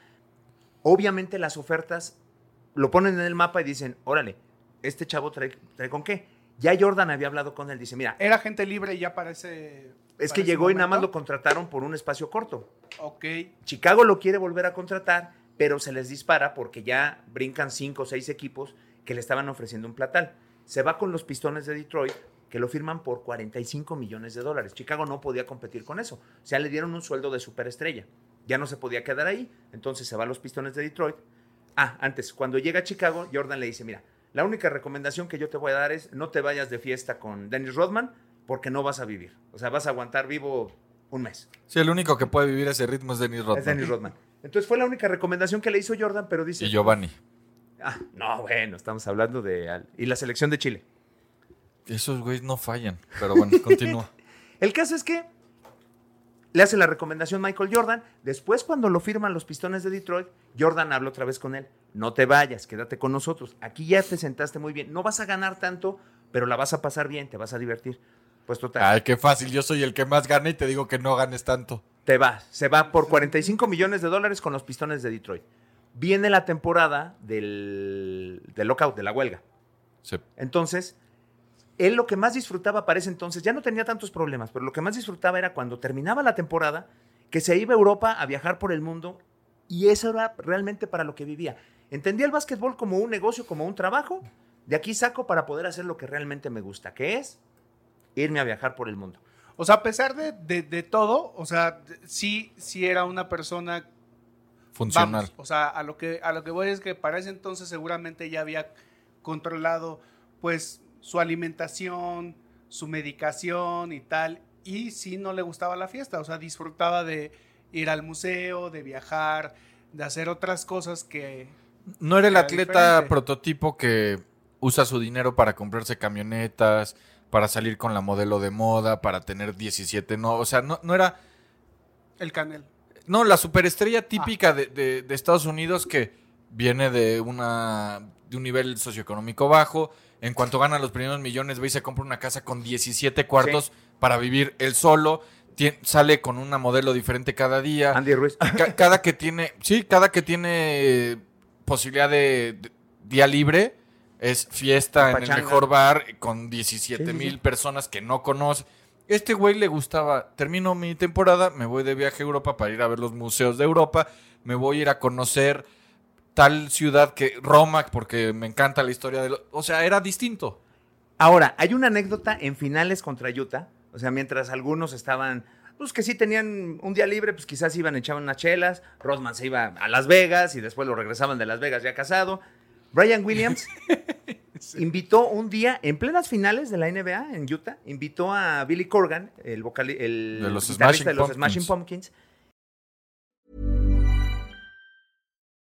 Speaker 4: Obviamente las ofertas lo ponen en el mapa y dicen, órale, este chavo trae, trae con qué. Ya Jordan había hablado con él, dice, mira,
Speaker 1: Era gente libre ya para ese.
Speaker 4: es que llegó y nada más lo contrataron por un espacio corto.
Speaker 1: Ok.
Speaker 4: Chicago lo quiere volver a contratar, pero se les dispara porque ya brincan cinco o seis equipos que le estaban ofreciendo un platal. Se va con los Pistones de Detroit, que lo firman por 45 millones de dólares. Chicago no podía competir con eso. O sea, le dieron un sueldo de superestrella. Ya no se podía quedar ahí, entonces se va a los Pistones de Detroit. Ah, antes, cuando llega a Chicago, Jordan le dice, mira, la única recomendación que yo te voy a dar es no te vayas de fiesta con Dennis Rodman porque no vas a vivir. O sea, vas a aguantar vivo un mes.
Speaker 3: Sí, el único que puede vivir ese ritmo es Denis Rodman.
Speaker 4: Es Dennis Rodman. Entonces fue la única recomendación que le hizo Jordan, pero dice.
Speaker 3: Y Giovanni.
Speaker 4: Ah, no, bueno, estamos hablando de. al- Y la selección de Chile.
Speaker 3: Esos güeyes no fallan. Pero bueno, continúa.
Speaker 4: El caso es que le hace la recomendación Michael Jordan. Después, cuando lo firman los pistones de Detroit, Jordan habla otra vez con él. No te vayas, quédate con nosotros. Aquí ya te sentaste muy bien. No vas a ganar tanto, pero la vas a pasar bien, te vas a divertir. Pues total.
Speaker 3: Ay, qué fácil. Yo soy el que más gana y te digo que no ganes tanto.
Speaker 4: Te va, se va por 45 millones de dólares con los pistones de Detroit. Viene la temporada del, del lockout, de la huelga.
Speaker 3: Sí.
Speaker 4: Entonces, él lo que más disfrutaba para ese entonces, ya no tenía tantos problemas, pero lo que más disfrutaba era cuando terminaba la temporada, que se iba a Europa a viajar por el mundo y eso era realmente para lo que vivía. Entendía el básquetbol como un negocio, como un trabajo. De aquí saco para poder hacer lo que realmente me gusta, que es irme a viajar por el mundo.
Speaker 1: O sea, a pesar de, de- de todo, o sea, de- sí, sí era una persona.
Speaker 3: Funcional.
Speaker 1: Vamos, o sea, a lo, que, a lo que voy es que para ese entonces seguramente ya había controlado, pues, su alimentación, su medicación y tal. Y sí no le gustaba la fiesta, o sea, disfrutaba de ir al museo, de viajar, de hacer otras cosas que.
Speaker 3: No era el
Speaker 1: Era
Speaker 3: atleta
Speaker 1: diferente.
Speaker 3: prototipo que usa su dinero para comprarse camionetas, para salir con la modelo de moda, para tener 17. No, o sea, no, no era.
Speaker 1: El canel.
Speaker 3: No, la superestrella típica de, de- de Estados Unidos que viene de una de un nivel socioeconómico bajo. En cuanto gana los primeros millones, ve y se compra una casa con 17 cuartos para vivir él solo. Tien- sale con una modelo diferente cada día.
Speaker 4: Andy Ruiz.
Speaker 3: Ca- cada que tiene, sí, cada que tiene eh, posibilidad de, de día libre es fiesta en el
Speaker 4: Pachanga.
Speaker 3: mejor bar con 17
Speaker 4: Sí, sí,
Speaker 3: mil
Speaker 4: sí.
Speaker 3: personas que no conoce. Este güey le gustaba, termino mi temporada, me voy de viaje a Europa para ir a ver los museos de Europa, me voy a ir a conocer tal ciudad que Roma, porque me encanta la historia de... lo- o sea, era distinto.
Speaker 4: Ahora, hay una anécdota en finales contra Utah. O sea, mientras algunos estaban, pues que sí tenían un día libre, pues quizás iban, echaban unas chelas. Rodman se iba a Las Vegas y después lo regresaban de Las Vegas ya casado. Brian Williams invitó un día, en plenas finales de la NBA en Utah, invitó a Billy Corgan, el, vocali- el
Speaker 3: De los
Speaker 4: guitarrista
Speaker 3: Smashing
Speaker 4: de los
Speaker 3: Pumpkins.
Speaker 4: Smashing Pumpkins,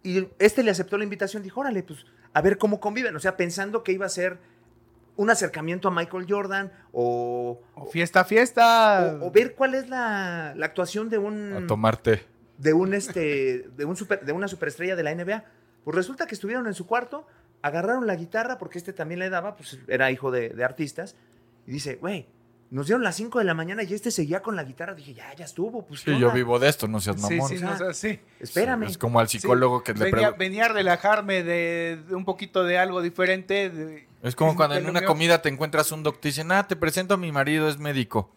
Speaker 4: y este le aceptó la invitación. Dijo, órale, pues a ver cómo conviven. O sea, pensando que iba a ser un acercamiento a Michael Jordan o
Speaker 1: O fiesta, fiesta.
Speaker 4: o, o ver cuál es la, la actuación de
Speaker 3: A
Speaker 4: un
Speaker 3: tomarte.
Speaker 4: de un este de un super, de una superestrella de la NBA. Pues resulta que estuvieron en su cuarto, agarraron la guitarra porque este también le daba, pues era hijo de, de artistas y dice, "Güey, nos dieron las 5 de la mañana y este seguía con la guitarra." Dije, "Ya, ya estuvo, pues ¿qué
Speaker 3: Sí, yo
Speaker 4: onda?
Speaker 3: vivo de esto, no seas
Speaker 1: sí,
Speaker 3: mamón.
Speaker 1: sí, no, o sea, sí.
Speaker 4: Espérame."
Speaker 3: Es como al psicólogo
Speaker 1: Sí,
Speaker 3: que le
Speaker 1: venía,
Speaker 3: pregun-
Speaker 1: venía a relajarme de, de un poquito de algo diferente. de-
Speaker 3: Es como cuando
Speaker 1: que
Speaker 3: en
Speaker 1: lo
Speaker 3: una
Speaker 1: mío-
Speaker 3: comida te encuentras un doctor y dicen, ah, te presento a mi marido, es médico.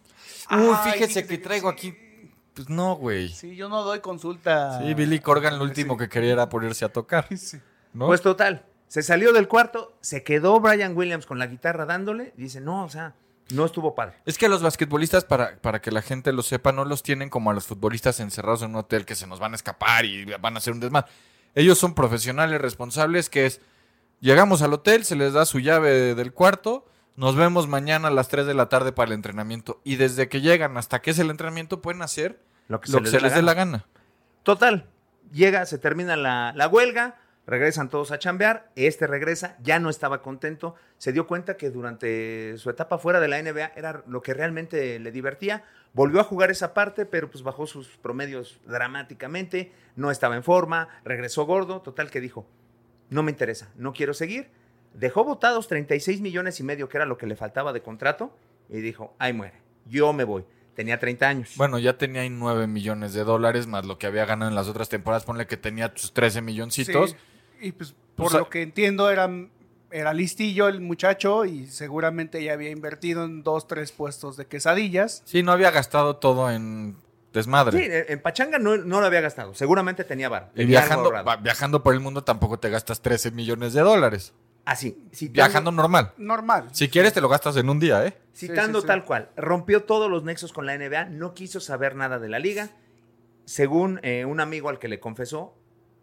Speaker 3: Uy,
Speaker 1: Ay,
Speaker 3: fíjese
Speaker 1: fíjate
Speaker 3: que
Speaker 1: que
Speaker 3: traigo
Speaker 1: sí.
Speaker 3: aquí. Pues no, güey. Sí,
Speaker 1: Sí, yo no doy consulta.
Speaker 3: Billy Corgan lo último que quería era ponerse a tocar.
Speaker 1: Sí.
Speaker 3: ¿no?
Speaker 4: Pues total, se salió del cuarto, se quedó Brian Williams con la guitarra dándole, dice, "No, o sea, no estuvo padre."
Speaker 3: es que a los basquetbolistas, para, para que la gente lo sepa, no los tienen como a los futbolistas encerrados en un hotel que se nos van a escapar y van a hacer un desmadre. Ellos son profesionales responsables que es, llegamos al hotel, se les da su llave del cuarto, nos vemos mañana a las 3 de la tarde para el entrenamiento. Y desde que llegan hasta que es el entrenamiento pueden hacer
Speaker 4: Lo que se
Speaker 3: lo que
Speaker 4: les
Speaker 3: se
Speaker 4: dé la
Speaker 3: les dé la
Speaker 4: gana.
Speaker 3: gana.
Speaker 4: Total, llega, se termina la, la huelga, regresan todos a chambear, este regresa, ya no estaba contento, se dio cuenta que durante su etapa fuera de la NBA era lo que realmente le divertía, volvió a jugar esa parte, pero pues bajó sus promedios dramáticamente, no estaba en forma, regresó gordo, total que dijo, no me interesa, no quiero seguir. Dejó votados 36 millones y medio, que era lo que le faltaba de contrato, y dijo, ay muere, yo me voy. Tenía 30 años.
Speaker 3: Bueno, ya tenía ahí 9 millones de dólares más lo que había ganado en las otras temporadas. Ponle que tenía sus 13 milloncitos.
Speaker 1: Sí, y pues
Speaker 3: O
Speaker 1: por
Speaker 3: sea-
Speaker 1: lo que entiendo era, era listillo el muchacho y seguramente ya había invertido en dos, tres puestos de quesadillas.
Speaker 3: Sí, no había gastado todo en desmadre.
Speaker 4: Sí, en en Pachanga no, no lo había gastado. Seguramente tenía bar.
Speaker 3: y
Speaker 4: tenía algo
Speaker 3: viajando,
Speaker 4: ahorrado.
Speaker 3: va- viajando por el mundo tampoco te gastas 13 millones de dólares.
Speaker 4: Así. Citando,
Speaker 3: Viajando normal.
Speaker 1: Normal.
Speaker 3: Si quieres te lo gastas en un día, ¿eh?
Speaker 4: citando
Speaker 1: Sí, sí, sí.
Speaker 4: tal cual. Rompió todos los nexos con la NBA. No quiso saber nada de la liga. Según eh, un amigo al que le confesó,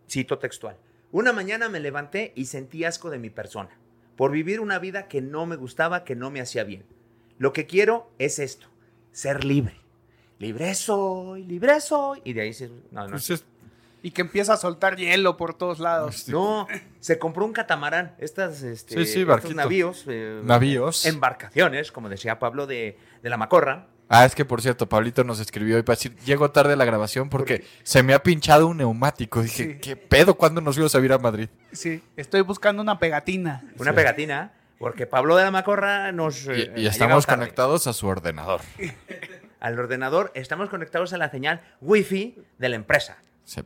Speaker 4: cito textual. Una mañana me levanté y sentí asco de mi persona. Por vivir una vida que no me gustaba, que no me hacía bien. Lo que quiero es esto. Ser libre. Libre soy, libre soy. Y de ahí se... no, no,
Speaker 3: Pues es-
Speaker 1: Y que empieza a soltar hielo por todos lados.
Speaker 4: No, se compró un catamarán. Estas, este,
Speaker 3: Sí, sí,
Speaker 4: estos
Speaker 3: barquito.
Speaker 4: navíos. eh,
Speaker 3: Navíos.
Speaker 4: Embarcaciones, como decía Pablo de, de la Macorra.
Speaker 3: Ah, es que por cierto, Pablito nos escribió hoy para decir, llego tarde a la grabación porque se me ha pinchado un neumático. Dije,
Speaker 1: Sí.
Speaker 3: ¿qué pedo? ¿Cuándo nos íbamos a ir a Madrid?
Speaker 1: Sí, estoy buscando una pegatina.
Speaker 4: Una pegatina. Porque Pablo de la Macorra nos.
Speaker 3: Y-
Speaker 4: eh, ha
Speaker 3: y
Speaker 4: llegado
Speaker 3: estamos
Speaker 4: tarde.
Speaker 3: conectados a su ordenador.
Speaker 4: Al ordenador, estamos conectados a la señal wifi de la empresa.
Speaker 3: Sí.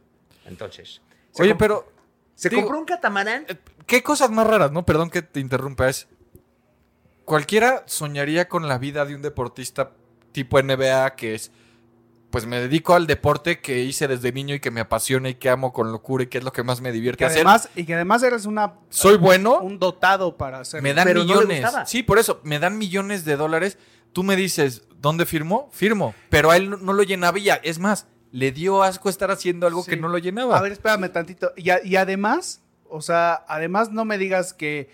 Speaker 4: Entonces. se
Speaker 3: Oye,
Speaker 4: comp-
Speaker 3: pero
Speaker 4: Se
Speaker 3: digo-
Speaker 4: compró un catamarán.
Speaker 3: Eh, ¿Qué cosas más raras, no? Perdón que te interrumpa, es... Cualquiera soñaría con la vida de un deportista tipo NBA que es... Pues me dedico al deporte que hice desde niño y que me apasiona y que amo con locura y que es lo que más me divierte
Speaker 1: Que
Speaker 3: hacer.
Speaker 1: además, y que además eres una,
Speaker 3: Soy bueno,
Speaker 1: un dotado para hacer.
Speaker 3: me dan
Speaker 4: pero no le
Speaker 3: millones.
Speaker 4: gustaba.
Speaker 3: sí, por eso, me dan millones de dólares. Tú me dices, ¿dónde firmó? Firmo. Pero a él no- no lo llenaba y ya. Es más, le dio asco estar haciendo algo que
Speaker 1: Sí.
Speaker 3: no lo llenaba.
Speaker 1: A ver, espérame tantito. Y, a- y además, o sea, además no me digas que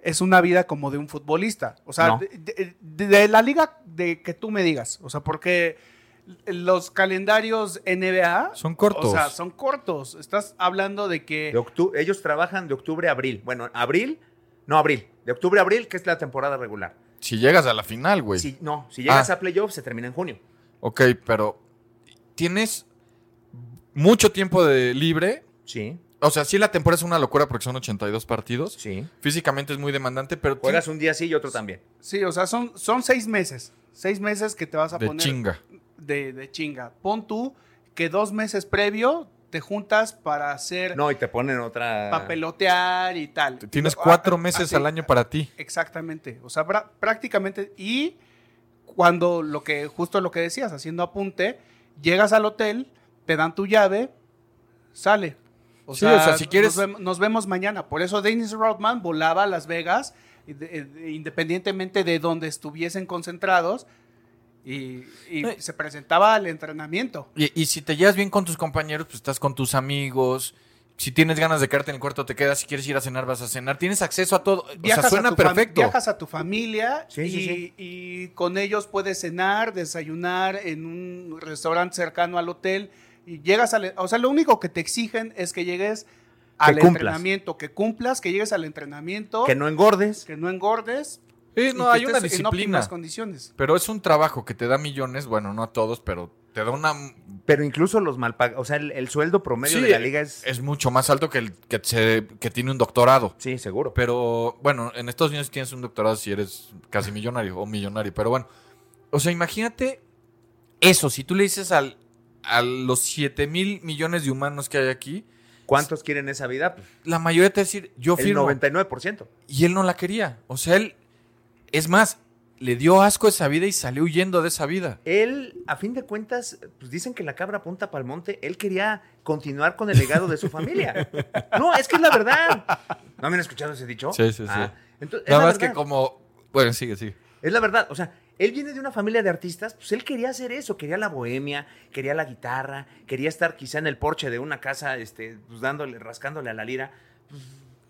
Speaker 1: es una vida como de un futbolista. O sea,
Speaker 4: No.
Speaker 1: de, de- de la liga de que tú me digas. O sea, porque los calendarios NBA
Speaker 3: Son cortos.
Speaker 1: O sea, son cortos. Estás hablando de que
Speaker 4: de octu- ellos trabajan de octubre a abril. Bueno, abril. No, abril. De octubre a abril, que es la temporada regular.
Speaker 3: Si llegas a la final, güey.
Speaker 4: Si, no, si llegas
Speaker 3: Ah.
Speaker 4: a playoffs, se termina en junio.
Speaker 3: Ok, pero tienes mucho tiempo de libre.
Speaker 4: Sí,
Speaker 3: O sea, sí la temporada es una locura porque son 82 partidos.
Speaker 4: sí.
Speaker 3: Físicamente es muy demandante, pero ti-
Speaker 4: Juegas un día sí y otro también.
Speaker 1: sí, o sea, son, son seis meses. Seis meses que te vas a
Speaker 3: de
Speaker 1: poner
Speaker 3: chinga.
Speaker 1: De, de chinga. Pon tú que dos meses previo te juntas para hacer
Speaker 4: No, y te ponen otra.
Speaker 1: papelotear y tal.
Speaker 3: eh. Tienes
Speaker 1: Ah,
Speaker 3: cuatro
Speaker 1: ah,
Speaker 3: meses
Speaker 1: así.
Speaker 3: al año para ti.
Speaker 1: Exactamente. O sea, pra- prácticamente. Y cuando lo que, justo lo que decías, haciendo apunte, llegas al hotel, te dan tu llave, sale.
Speaker 3: Sí, o sea, si quieres-
Speaker 1: Nos, vem- nos vemos mañana. Por eso Dennis Rodman volaba a Las Vegas, y de- eh, de- independientemente de donde estuviesen concentrados, y, y
Speaker 3: No, y-
Speaker 1: se presentaba al entrenamiento.
Speaker 3: Y, y si te llevas bien con tus compañeros, pues estás con tus amigos. Si tienes ganas de quedarte en el cuarto, te quedas. Si quieres ir a cenar, vas a cenar. Tienes acceso a todo. o sea,
Speaker 1: a
Speaker 3: suena
Speaker 1: tu fam-
Speaker 3: perfecto.
Speaker 1: viajas a tu familia
Speaker 4: Sí,
Speaker 1: y,
Speaker 4: sí, sí.
Speaker 1: y con ellos puedes cenar, desayunar en un restaurante cercano al hotel y llegas al... e, O sea, lo único que te exigen es que llegues al
Speaker 4: cumplas.
Speaker 1: entrenamiento, que cumplas, que llegues al entrenamiento,
Speaker 4: Que no engordes.
Speaker 1: que no engordes.
Speaker 3: Sí,
Speaker 1: y
Speaker 3: no,
Speaker 1: que
Speaker 3: hay una
Speaker 1: estés en
Speaker 3: disciplina.
Speaker 1: óptimas condiciones.
Speaker 3: Pero es un trabajo que te da millones. Bueno, no a todos, pero te da una
Speaker 4: Pero incluso los mal pagados. O sea, el, el sueldo promedio
Speaker 3: Sí, eh,
Speaker 4: de la liga es.
Speaker 3: es mucho más alto que el que, se- que tiene un doctorado.
Speaker 4: Sí, seguro.
Speaker 3: Pero bueno, en Estados Unidos tienes un doctorado si eres casi millonario o millonario. Pero bueno, o sea, imagínate eso. Si tú le dices al, a los 7 mil millones de humanos que hay aquí,
Speaker 4: ¿Cuántos quieren esa vida? Pues,
Speaker 3: la mayoría te va a decir, yo
Speaker 4: el
Speaker 3: firmo.
Speaker 4: 99%.
Speaker 3: Y él no la quería. O sea, él, es más, le dio asco a esa vida y salió huyendo de esa vida.
Speaker 4: Él, a fin de cuentas, pues dicen que la cabra apunta para el monte. Él quería continuar con el legado de su familia. No, es que es la verdad. ¿No me han escuchado ese dicho? Ah,
Speaker 3: Sí, sí, sí.
Speaker 4: entonces, es
Speaker 3: Nada
Speaker 4: la
Speaker 3: más que
Speaker 4: verdad.
Speaker 3: como... Bueno, sigue, sigue.
Speaker 4: Es la verdad, o sea, él viene de una familia de artistas, pues él quería hacer eso, quería la bohemia, quería la guitarra, quería estar quizá en el porche de una casa, este, pues dándole, rascándole a la lira.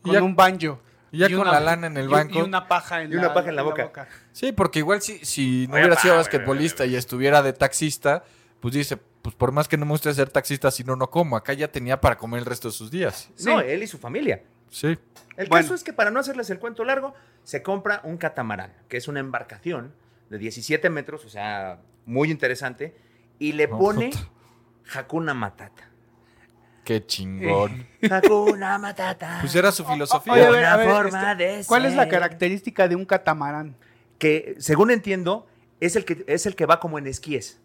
Speaker 1: Con
Speaker 3: ya-
Speaker 1: un banjo.
Speaker 3: y ya con la lana en el
Speaker 1: y-
Speaker 3: banco.
Speaker 1: Y una paja en,
Speaker 4: Y una paja en la boca.
Speaker 3: Sí, porque igual si, si no hubiera sido basquetbolista y estuviera de taxista, pues dice, pues pues por más que no me guste ser taxista, si no, no como. Acá ya tenía para comer el resto de sus días.
Speaker 4: No, él y su familia.
Speaker 3: Sí.
Speaker 4: El
Speaker 1: Bueno.
Speaker 4: caso es que para no hacerles el cuento largo, se compra un catamarán, que es una embarcación de 17 metros, o sea, muy interesante, y le
Speaker 3: No,
Speaker 4: pone
Speaker 3: puta.
Speaker 4: Hakuna Matata.
Speaker 3: Qué chingón.
Speaker 4: Hakuna Matata.
Speaker 3: Pues era su filosofía.
Speaker 1: Oye, a ver,
Speaker 4: Una
Speaker 1: a ver,
Speaker 4: forma
Speaker 1: este,
Speaker 4: de
Speaker 1: ¿Cuál es la
Speaker 4: ser.
Speaker 1: característica de un catamarán?
Speaker 4: Que, según entiendo, es el que, es el que va como en esquíes.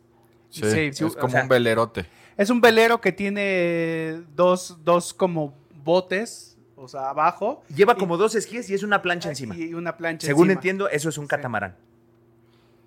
Speaker 3: Sí,
Speaker 1: sí,
Speaker 3: es
Speaker 1: sí, o
Speaker 3: como
Speaker 4: sea-
Speaker 3: un velerote.
Speaker 1: Es un velero que tiene dos, dos como botes, o sea, abajo.
Speaker 4: Lleva como dos esquíes y es una plancha encima.
Speaker 1: Y una plancha
Speaker 4: Según
Speaker 1: encima.
Speaker 4: entiendo, eso es un catamarán.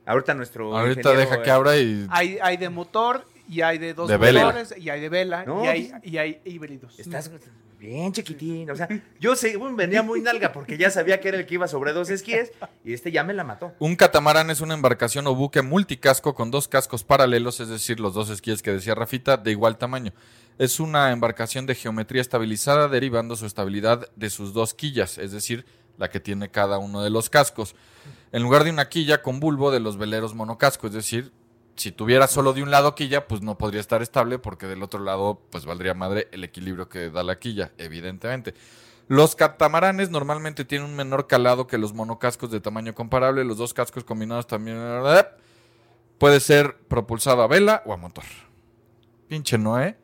Speaker 4: Ahorita nuestro.
Speaker 3: Ahorita
Speaker 4: ingeniero,
Speaker 3: deja que
Speaker 4: eh,
Speaker 3: abra y
Speaker 1: Hay, hay de motor y hay de dos
Speaker 3: De vela.
Speaker 1: motores y hay de vela
Speaker 4: No,
Speaker 1: y, hay,
Speaker 4: pues-
Speaker 1: y hay híbridos.
Speaker 4: Estás bien chiquitín. O sea, yo según venía muy nalga porque ya sabía que era el que iba sobre dos esquíes y este ya me la mató.
Speaker 3: Un catamarán es una embarcación o buque multicasco con dos cascos paralelos, es decir, los dos esquíes que decía Rafita, de igual tamaño. Es una embarcación de geometría estabilizada, derivando su estabilidad de sus dos quillas, es decir, la que tiene cada uno de los cascos. En lugar de una quilla con bulbo de los veleros monocasco, es decir, si tuviera solo de un lado quilla, pues no podría estar estable porque del otro lado, pues valdría madre el equilibrio que da la quilla, evidentemente. Los catamaranes normalmente tienen un menor calado que los monocascos de tamaño comparable. Los dos cascos combinados también. eh, Puede ser propulsado a vela o a motor. Pinche Noé.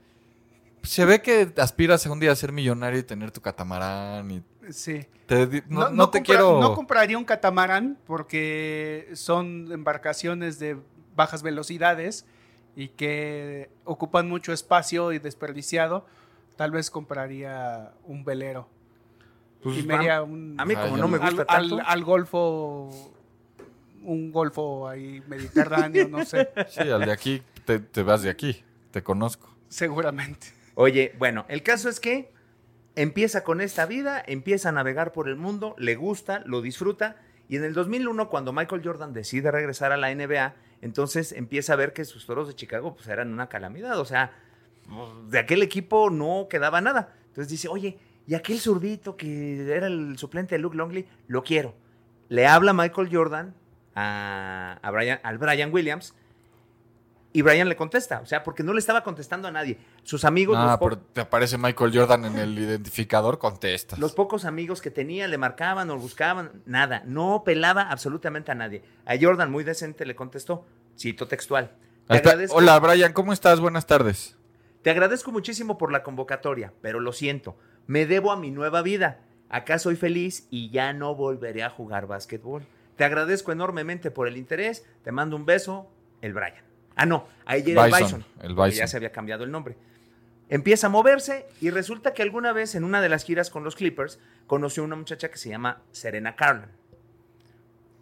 Speaker 3: Se ve que aspiras un día a ser millonario y tener tu catamarán. Y
Speaker 1: Sí.
Speaker 3: te di- no, no te
Speaker 1: compra-
Speaker 3: quiero.
Speaker 1: No compraría un catamarán porque son embarcaciones de bajas velocidades y que ocupan mucho espacio y desperdiciado. Tal vez compraría un velero. y me haría un,
Speaker 4: Pues A mí,
Speaker 3: Ah,
Speaker 4: como
Speaker 3: yo
Speaker 4: no me
Speaker 3: no.
Speaker 4: gusta
Speaker 1: al, al-
Speaker 4: tanto.
Speaker 1: al golfo, un golfo ahí mediterráneo, no sé,
Speaker 3: Sí, al de aquí te, te vas de aquí. Te conozco.
Speaker 1: seguramente.
Speaker 4: Oye, bueno, el caso es que empieza con esta vida, empieza a navegar por el mundo, le gusta, lo disfruta. Y en el 2001, cuando Michael Jordan decide regresar a la NBA, entonces empieza a ver que sus toros de Chicago pues, eran una calamidad. O sea, pues, de aquel equipo no quedaba nada. Entonces dice, oye, y aquel zurdito que era el suplente de Luke Longley, lo quiero. Le habla Michael Jordan a, a Brian, al Brian Williams y Brian le contesta. O sea, porque no le estaba contestando a nadie. Sus amigos,
Speaker 3: Ah,
Speaker 4: los, po-
Speaker 3: pero te aparece Michael Jordan en el identificador, contestas.
Speaker 4: los pocos amigos que tenía le marcaban o buscaban, nada. No pelaba absolutamente a nadie. A Jordan, muy decente, le contestó, cito textual. "Te
Speaker 3: Ahí está.
Speaker 4: agradezco-
Speaker 3: Hola, Brian, ¿cómo estás? Buenas tardes.
Speaker 4: Te agradezco muchísimo por la convocatoria, pero lo siento, me debo a mi nueva vida. Acá soy feliz y ya no volveré a jugar básquetbol. Te agradezco enormemente por el interés, te mando un beso, el Brian. Ah, no, ahí era el
Speaker 3: Bison,
Speaker 4: Bison.
Speaker 3: el
Speaker 4: porque
Speaker 3: Bison.
Speaker 4: Ya se había cambiado el nombre. Empieza a moverse y resulta que alguna vez en una de las giras con los Clippers conoció a una muchacha que se llama Serena Carlan.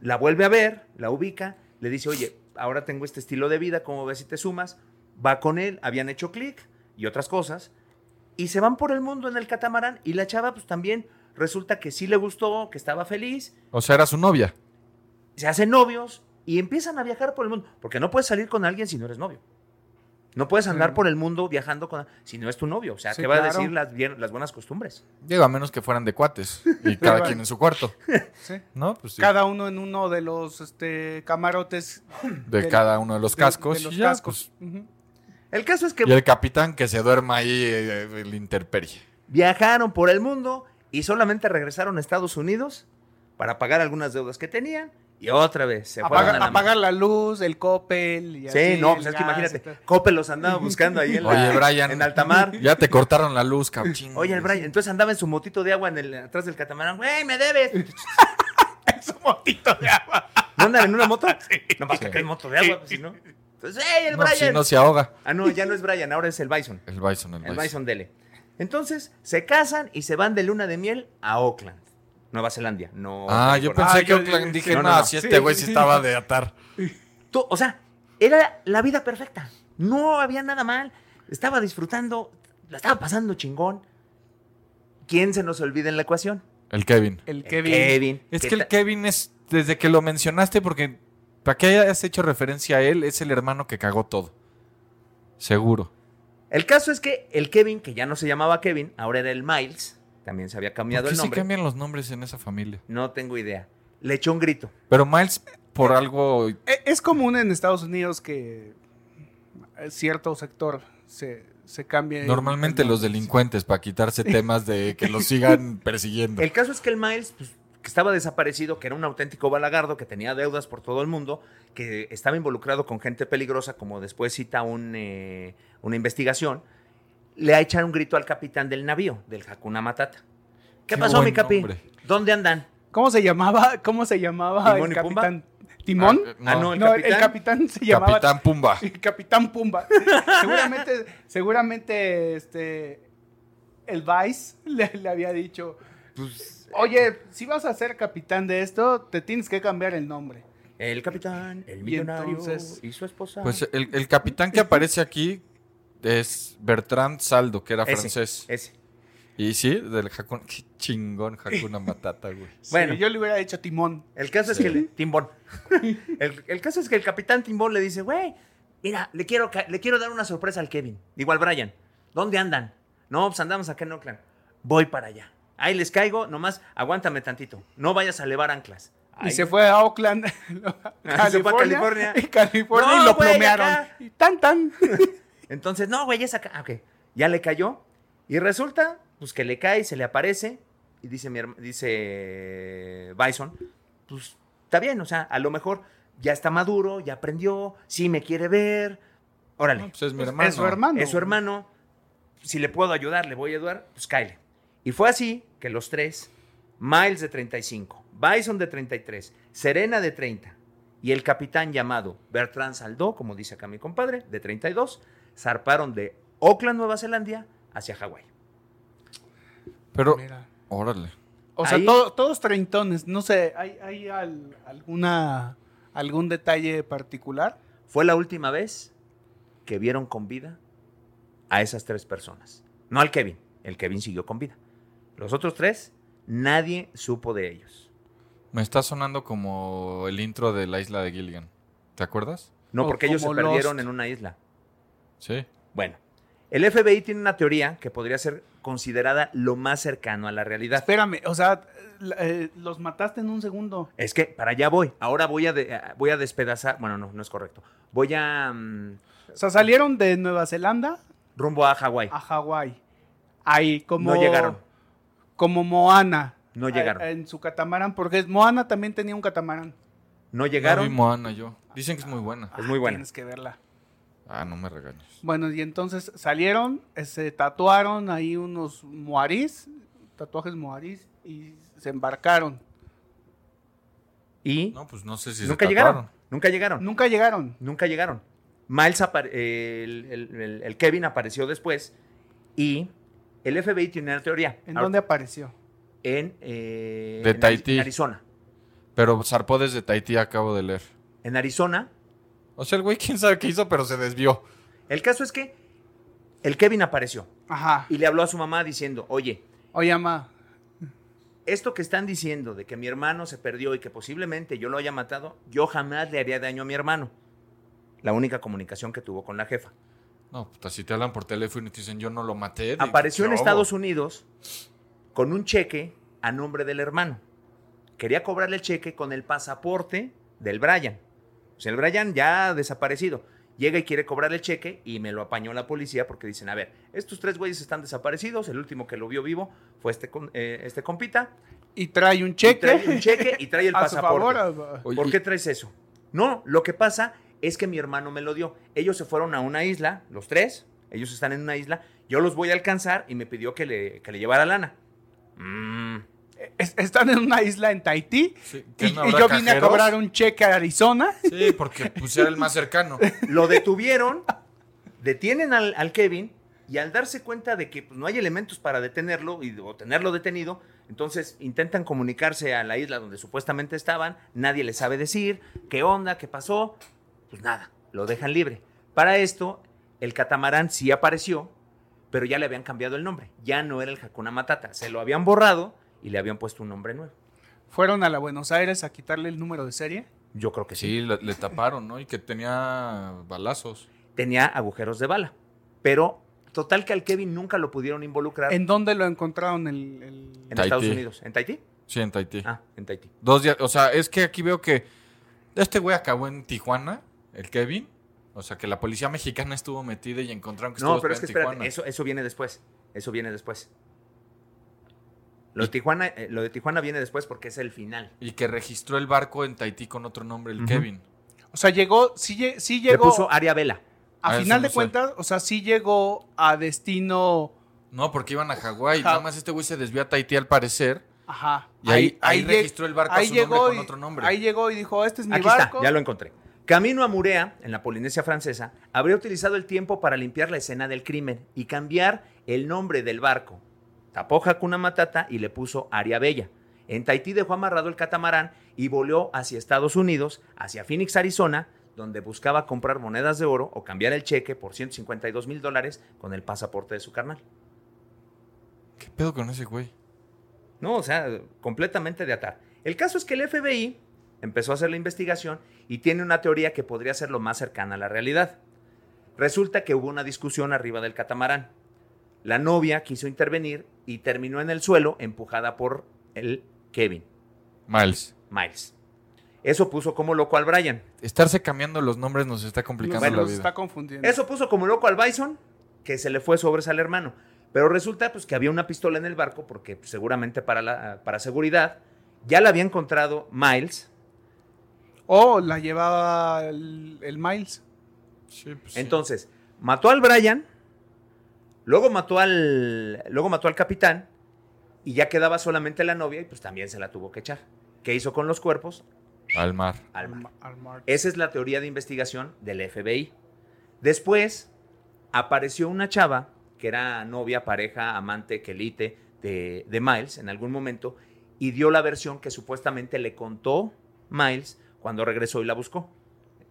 Speaker 4: La vuelve a ver, la ubica, le dice, oye, ahora tengo este estilo de vida, ¿cómo ves si te sumas? Va con él, habían hecho clic y otras cosas, y se van por el mundo en el catamarán y la chava pues también resulta que sí le gustó, que estaba feliz,
Speaker 3: O sea, era su novia.
Speaker 4: se hacen novios y empiezan a viajar por el mundo, porque no puedes salir con alguien si no eres novio. No puedes andar
Speaker 1: Sí.
Speaker 4: por el mundo viajando con, si no es tu novio, o sea,
Speaker 1: Sí,
Speaker 4: te va a
Speaker 1: claro.
Speaker 4: decir las, bien- las buenas costumbres.
Speaker 3: Digo, a menos que fueran de cuates y cada quien en su cuarto,
Speaker 1: sí.
Speaker 3: ¿no? Pues sí,
Speaker 1: Cada uno en uno de los este, camarotes
Speaker 3: de
Speaker 1: del-
Speaker 3: cada uno de los
Speaker 1: de- de
Speaker 3: cascos.
Speaker 1: los
Speaker 3: y, ya,
Speaker 1: cascos.
Speaker 4: pues,
Speaker 1: Ujú.
Speaker 4: El caso es que
Speaker 3: pues, y el capitán que se duerma ahí eh, eh, el interperie.
Speaker 4: viajaron por el mundo y solamente regresaron a Estados Unidos para pagar algunas deudas que tenían y otra vez se fueron
Speaker 1: Apaga-
Speaker 4: a la
Speaker 1: apagar la luz, el copel y
Speaker 4: Sí,
Speaker 1: así,
Speaker 4: no,
Speaker 1: el gas
Speaker 4: pues es que
Speaker 1: este. y
Speaker 4: imagínate,
Speaker 1: tal.
Speaker 4: Cope los andaba buscando ahí en, la-
Speaker 3: Oye, Brian.
Speaker 4: en alta mar.
Speaker 3: Ya te cortaron la luz, cabrón.
Speaker 4: Oye,
Speaker 1: Mm.
Speaker 4: el Brian, entonces andaba en su motito de agua en el, atrás del catamarán. ¡Güey, me debes! ¿No
Speaker 1: Es un motito de agua.
Speaker 4: andan en una moto? No, para
Speaker 3: Sí.
Speaker 4: que en moto de agua, pues si no. Entonces, ¡ey, el
Speaker 3: No,
Speaker 4: Brian!
Speaker 3: si no se ahoga.
Speaker 4: Ah, no, ya no es Brian, ahora es el Bison.
Speaker 3: El Bison, el,
Speaker 4: El
Speaker 3: Bison.
Speaker 4: Bison Dele. Entonces, se casan y se van de luna de miel a Oakland, Nueva Zelanda. No.
Speaker 3: Ah, yo
Speaker 4: California.
Speaker 3: pensé
Speaker 1: Ah,
Speaker 3: que
Speaker 1: yo-
Speaker 3: Oakland
Speaker 1: sí,
Speaker 3: dije,
Speaker 4: no,
Speaker 3: no,
Speaker 4: no, no.
Speaker 3: si este güey sí estaba de atar.
Speaker 4: Tú, o sea, era la vida perfecta. No había nada mal. Estaba disfrutando, la estaba pasando chingón. ¿Quién se nos olvida en la ecuación?
Speaker 3: El Kevin.
Speaker 1: El
Speaker 4: El
Speaker 1: Kevin.
Speaker 3: Es
Speaker 4: ¿Qué
Speaker 3: que el
Speaker 4: ta-
Speaker 3: Kevin es, desde que lo mencionaste, porque para que hayas hecho referencia a él, es el hermano que cagó todo. Seguro.
Speaker 4: El caso es que el Kevin, que ya no se llamaba Kevin, ahora era el Miles, también se había
Speaker 3: ¿Por
Speaker 4: cambiado
Speaker 3: qué
Speaker 4: el
Speaker 3: se
Speaker 4: nombre.
Speaker 3: cambian los nombres en esa familia?
Speaker 4: No tengo idea. Le echó un grito.
Speaker 3: Pero Miles, por algo
Speaker 1: E- Es común en Estados Unidos que eh, cierto sector se, se cambie.
Speaker 3: Normalmente
Speaker 1: el-
Speaker 3: los delincuentes, para quitarse temas de que los sigan persiguiendo.
Speaker 4: El caso es que el Miles, pues, que estaba desaparecido, que era un auténtico balagardo, que tenía deudas por todo el mundo, que estaba involucrado con gente peligrosa, como después cita un, eh, una investigación, le ha echado un grito al capitán del navío, del Hakuna Matata. ¿Qué,
Speaker 3: Qué
Speaker 4: pasó, mi
Speaker 3: buen
Speaker 4: capi?
Speaker 3: nombre.
Speaker 4: ¿Dónde andan?
Speaker 1: ¿Cómo se llamaba? ¿Cómo se llamaba
Speaker 4: ¿Timón
Speaker 1: el
Speaker 4: y Pumba?
Speaker 1: capitán? ¿Timón?
Speaker 3: Ah,
Speaker 4: Ah, no, el
Speaker 1: no, el-
Speaker 4: capitán.
Speaker 1: el capitán se llamaba
Speaker 3: Capitán Pumba.
Speaker 1: El Capitán Pumba. Seguramente, seguramente, este, el Vice le, le había dicho,
Speaker 3: Pues,
Speaker 1: oye, si vas a ser capitán de esto, te tienes que cambiar el nombre.
Speaker 4: El capitán, el millonario
Speaker 1: entonces-
Speaker 4: y su esposa.
Speaker 3: Pues el, el capitán que aparece aquí es Bertrand Saldo, que era
Speaker 4: Ese,
Speaker 3: francés.
Speaker 4: ese.
Speaker 3: Y sí, del Hakuna. Qué chingón Hakuna Matata, güey.
Speaker 4: Bueno.
Speaker 1: Bueno, yo le hubiera dicho Timón.
Speaker 4: El caso es que el Timbón. El, el caso es que el capitán Timbón le dice, güey, mira, le quiero, ca- le quiero dar una sorpresa al Kevin. Igual Brian. ¿Dónde andan? No, pues andamos acá en Oakland. Voy para allá. Ahí les caigo, nomás aguántame tantito. No vayas a elevar anclas.
Speaker 1: Y
Speaker 4: Ahí.
Speaker 1: se fue a Oakland,
Speaker 4: Ah, se fue a
Speaker 1: California,
Speaker 4: California.
Speaker 1: y California
Speaker 4: No,
Speaker 1: y lo
Speaker 4: güey,
Speaker 1: plomearon.
Speaker 4: acá.
Speaker 1: Y tan, tan.
Speaker 4: Entonces, no, güey, es acá. Ah, Ok, ya le cayó. Y resulta, pues que le cae, se le aparece. Y dice, mi herma- dice Bison, pues está bien, o sea, a lo mejor ya está maduro, ya aprendió, sí me quiere ver. Órale.
Speaker 3: No, pues es mi hermano.
Speaker 1: Es su hermano.
Speaker 4: Es su hermano. Si le puedo ayudar, le voy a ayudar, pues cáele. Y fue así que los tres, Miles de 35, Bison de 33, Serena de 30 y el capitán llamado Bertrand Saldó, como dice acá mi compadre, de 32, zarparon de Oakland, Nueva Zelanda, hacia Hawái.
Speaker 3: Pero,
Speaker 1: Mira.
Speaker 3: órale.
Speaker 1: O sea,
Speaker 4: Ahí-
Speaker 1: todo- todos treintones. No sé, ¿hay, hay al- alguna, algún detalle particular?
Speaker 4: Fue la última vez que vieron con vida a esas tres personas. No al Kevin, el Kevin siguió con vida. Los otros tres, nadie supo de ellos.
Speaker 3: Me está sonando como el intro de la isla de Gilligan. ¿Te acuerdas?
Speaker 4: No,
Speaker 1: O
Speaker 4: porque ellos se
Speaker 1: como
Speaker 4: perdieron
Speaker 1: Lost.
Speaker 4: en una isla.
Speaker 3: Sí.
Speaker 4: Bueno, el FBI tiene una teoría que podría ser considerada lo más cercano a la realidad.
Speaker 1: Espérame, o sea, la- eh, los mataste en un segundo.
Speaker 4: Es que para allá voy. Ahora voy a, de- a- voy a despedazar. Bueno, no, no es correcto. Voy a. mm,
Speaker 1: O sea, salieron de Nueva Zelanda
Speaker 4: rumbo a Hawái.
Speaker 3: Ah,
Speaker 1: a Hawái. Ahí, como.
Speaker 4: no llegaron.
Speaker 1: Como Moana.
Speaker 4: No
Speaker 1: A-
Speaker 4: llegaron.
Speaker 1: en su catamarán, porque Moana también tenía un catamarán.
Speaker 4: No
Speaker 3: Llegaron.
Speaker 4: llegaron.
Speaker 3: Moana yo. Dicen que es muy buena.
Speaker 4: Es muy
Speaker 1: Ah,
Speaker 4: buena.
Speaker 1: Tienes que verla.
Speaker 3: Ah, no me regañes.
Speaker 1: Bueno, y entonces salieron, eh, se tatuaron ahí unos moarís, tatuajes moarís, y se embarcaron.
Speaker 4: Y
Speaker 3: No, pues no sé si se
Speaker 4: nunca llegaron. Nunca llegaron.
Speaker 1: Nunca llegaron.
Speaker 4: Nunca llegaron. Miles, apar- eh, el, el- el- el Kevin apareció después. Y el FBI tiene una teoría.
Speaker 1: ¿En
Speaker 4: Ahora-
Speaker 1: dónde apareció?
Speaker 4: En. eh,
Speaker 3: De
Speaker 4: en Ari-
Speaker 3: Tahití.
Speaker 4: en Arizona.
Speaker 3: Pero zarpó desde Tahití, acabo de leer.
Speaker 4: En Arizona
Speaker 3: O sea, el güey quién sabe qué hizo, pero se desvió.
Speaker 4: El caso es que el Kevin apareció
Speaker 1: Ajá.
Speaker 4: y le habló a su mamá diciendo, oye,
Speaker 1: Oye, mamá,
Speaker 4: esto que están diciendo de que mi hermano se perdió y que posiblemente yo lo haya matado, yo jamás le haría daño a mi hermano. La única comunicación que tuvo con la jefa.
Speaker 3: No, puta, si te hablan por teléfono y te dicen yo no lo maté.
Speaker 4: Apareció en Estados Unidos con un cheque a nombre del hermano. Quería cobrarle el cheque con el pasaporte del Brian. O sea, el Brian ya ha desaparecido. Llega y quiere cobrarle el cheque y me lo apañó la policía porque dicen, a ver, estos tres güeyes están desaparecidos, el último que lo vio vivo fue este, con- eh, este compita.
Speaker 1: y trae un
Speaker 4: Y
Speaker 1: cheque.
Speaker 4: trae un cheque y trae el
Speaker 1: a su favor.
Speaker 4: pasaporte.
Speaker 1: a-
Speaker 3: Oye,
Speaker 4: ¿Por
Speaker 3: y-
Speaker 4: qué traes eso? No, lo que pasa es que mi hermano me lo dio. Ellos se fueron a una isla, los tres, ellos están en una isla, yo los voy a alcanzar y me pidió que le, que le llevara lana. Mm,
Speaker 1: Es- están en una isla en Tahití
Speaker 3: Sí,
Speaker 1: y,
Speaker 3: ¿que no
Speaker 1: y
Speaker 3: habrá
Speaker 1: yo vine a
Speaker 3: cajeros?
Speaker 1: cobrar un cheque a Arizona.
Speaker 3: Sí, porque pues era el más cercano.
Speaker 4: Lo detuvieron, detienen al, al Kevin y al darse cuenta de que pues, no hay elementos para detenerlo y, o tenerlo detenido, entonces intentan comunicarse a la isla donde supuestamente estaban, nadie les sabe decir qué onda, qué pasó, pues nada, lo dejan libre. Para esto, el catamarán sí apareció, pero ya le habían cambiado el nombre, ya no era el Hakuna Matata, se lo habían borrado y le habían puesto un nombre nuevo.
Speaker 1: Fueron a la Buenos Aires a quitarle el número de serie.
Speaker 4: Yo creo que sí.
Speaker 3: Sí, le, le taparon, ¿no? Y que tenía balazos.
Speaker 4: Tenía agujeros de bala, pero total que al Kevin nunca lo pudieron involucrar.
Speaker 1: ¿En dónde lo encontraron el, el-
Speaker 4: En
Speaker 3: Tahití.
Speaker 4: Estados Unidos. ¿En Tahití?
Speaker 3: Sí, en Tahití.
Speaker 4: Ah, en Tahití.
Speaker 3: Dos días. O sea, es que aquí veo que este güey acabó en Tijuana, el Kevin, O sea, que la policía mexicana estuvo metida y encontraron que
Speaker 4: No,
Speaker 3: estuvo
Speaker 4: pero es que
Speaker 3: en
Speaker 4: espérate,
Speaker 3: Tijuana.
Speaker 4: eso, eso viene después. Eso viene después. Lo de, Tijuana, eh, lo de Tijuana viene después porque es el final.
Speaker 3: Y que registró el barco en Tahití con otro nombre, el Kevin.
Speaker 1: O sea, llegó, sí, lle- sí
Speaker 4: Le
Speaker 1: llegó,
Speaker 4: puso Aria Vela.
Speaker 3: Ah,
Speaker 1: a
Speaker 3: eso
Speaker 1: final
Speaker 3: no
Speaker 1: de
Speaker 3: sé.
Speaker 1: cuentas, o sea, sí llegó a destino,
Speaker 3: No, porque iban a Hawái. Nada más este güey se desvió a Tahití al parecer.
Speaker 1: ajá.
Speaker 3: Y ahí- ahí
Speaker 1: lleg-
Speaker 3: registró el barco a su nombre con
Speaker 1: y-
Speaker 3: otro nombre.
Speaker 1: Ahí llegó y dijo, este es mi
Speaker 4: Aquí
Speaker 1: barco.
Speaker 4: está, ya lo encontré. Camino a Murea, en la Polinesia Francesa, habría utilizado el tiempo para limpiar la escena del crimen y cambiar el nombre del barco. Tapó Hakuna Matata y le puso Aria Bella. En Tahití dejó amarrado el catamarán y voló hacia Estados Unidos, hacia Phoenix, Arizona, donde buscaba comprar monedas de oro o cambiar el cheque por 152 mil dólares con el pasaporte de su carnal.
Speaker 3: ¿Qué pedo con ese güey?
Speaker 4: No, o sea, completamente de atar. El caso es que el FBI empezó a hacer la investigación y tiene una teoría que podría ser lo más cercana a la realidad. Resulta que hubo una discusión arriba del catamarán. La novia quiso intervenir y terminó en el suelo empujada por el Kevin
Speaker 3: Miles.
Speaker 4: Miles. Eso puso como loco al Brian.
Speaker 3: Estarse cambiando los nombres nos está
Speaker 1: Nos,
Speaker 3: complicando
Speaker 4: Bueno,
Speaker 3: la
Speaker 1: nos
Speaker 3: vida.
Speaker 1: está confundiendo.
Speaker 4: Eso puso como loco al Bison, que se le fue sobres al hermano. Pero resulta pues, que había una pistola en el barco, porque pues, seguramente para, la, para seguridad ya la había encontrado Miles.
Speaker 1: O la llevaba el, el Miles.
Speaker 3: Sí, pues sí.
Speaker 4: Entonces, mató al Brian, luego mató al, luego mató al capitán, y ya quedaba solamente la novia, y pues también se la tuvo que echar. ¿Qué hizo con los cuerpos?
Speaker 3: Al mar.
Speaker 4: Al mar.
Speaker 1: Al mar.
Speaker 4: Esa es la teoría de investigación del FBI. Después apareció una chava que era novia, pareja, amante, quelite de, de Miles en algún momento y dio la versión que supuestamente le contó Miles cuando regresó y la buscó,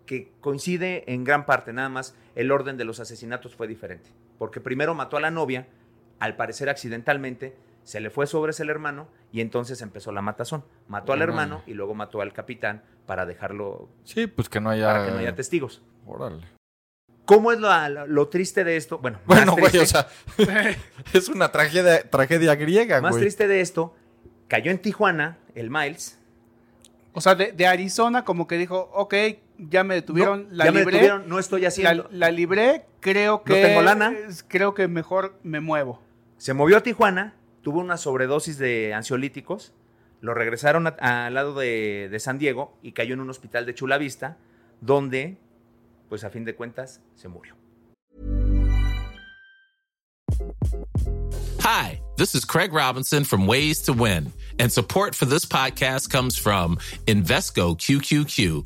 Speaker 4: que coincide en gran parte, nada más el orden de los asesinatos fue diferente, porque primero mató a la novia, al parecer accidentalmente, se le fue sobre el hermano y entonces empezó la matazón. Mató al
Speaker 3: Órale.
Speaker 4: hermano y luego mató al capitán para dejarlo
Speaker 3: Sí, pues que no haya.
Speaker 4: para que no haya testigos.
Speaker 3: Órale.
Speaker 4: ¿Cómo es la- la- lo, triste de esto? Bueno, más
Speaker 3: Bueno, güey,
Speaker 4: triste-
Speaker 3: o sea, es una tragedia, tragedia griega,
Speaker 4: más
Speaker 3: güey.
Speaker 4: triste de esto, cayó en Tijuana el Miles.
Speaker 1: O sea, de, de Arizona como que dijo, ok, ya me detuvieron,
Speaker 4: No,
Speaker 1: la
Speaker 4: ya me
Speaker 1: libré.
Speaker 4: detuvieron, no estoy
Speaker 1: la,
Speaker 4: haciendo.
Speaker 1: la libré, creo que...
Speaker 4: tengo lana.
Speaker 1: es- Creo que mejor me muevo.
Speaker 4: Se movió a Tijuana, tuvo una sobredosis de ansiolíticos, lo regresaron a- al lado de, de San Diego y cayó en un hospital de Chulavista, donde, pues a fin de cuentas, se murió.
Speaker 5: Hi, this is Craig Robinson from Ways to Win, and support for this podcast comes from Invesco QQQ,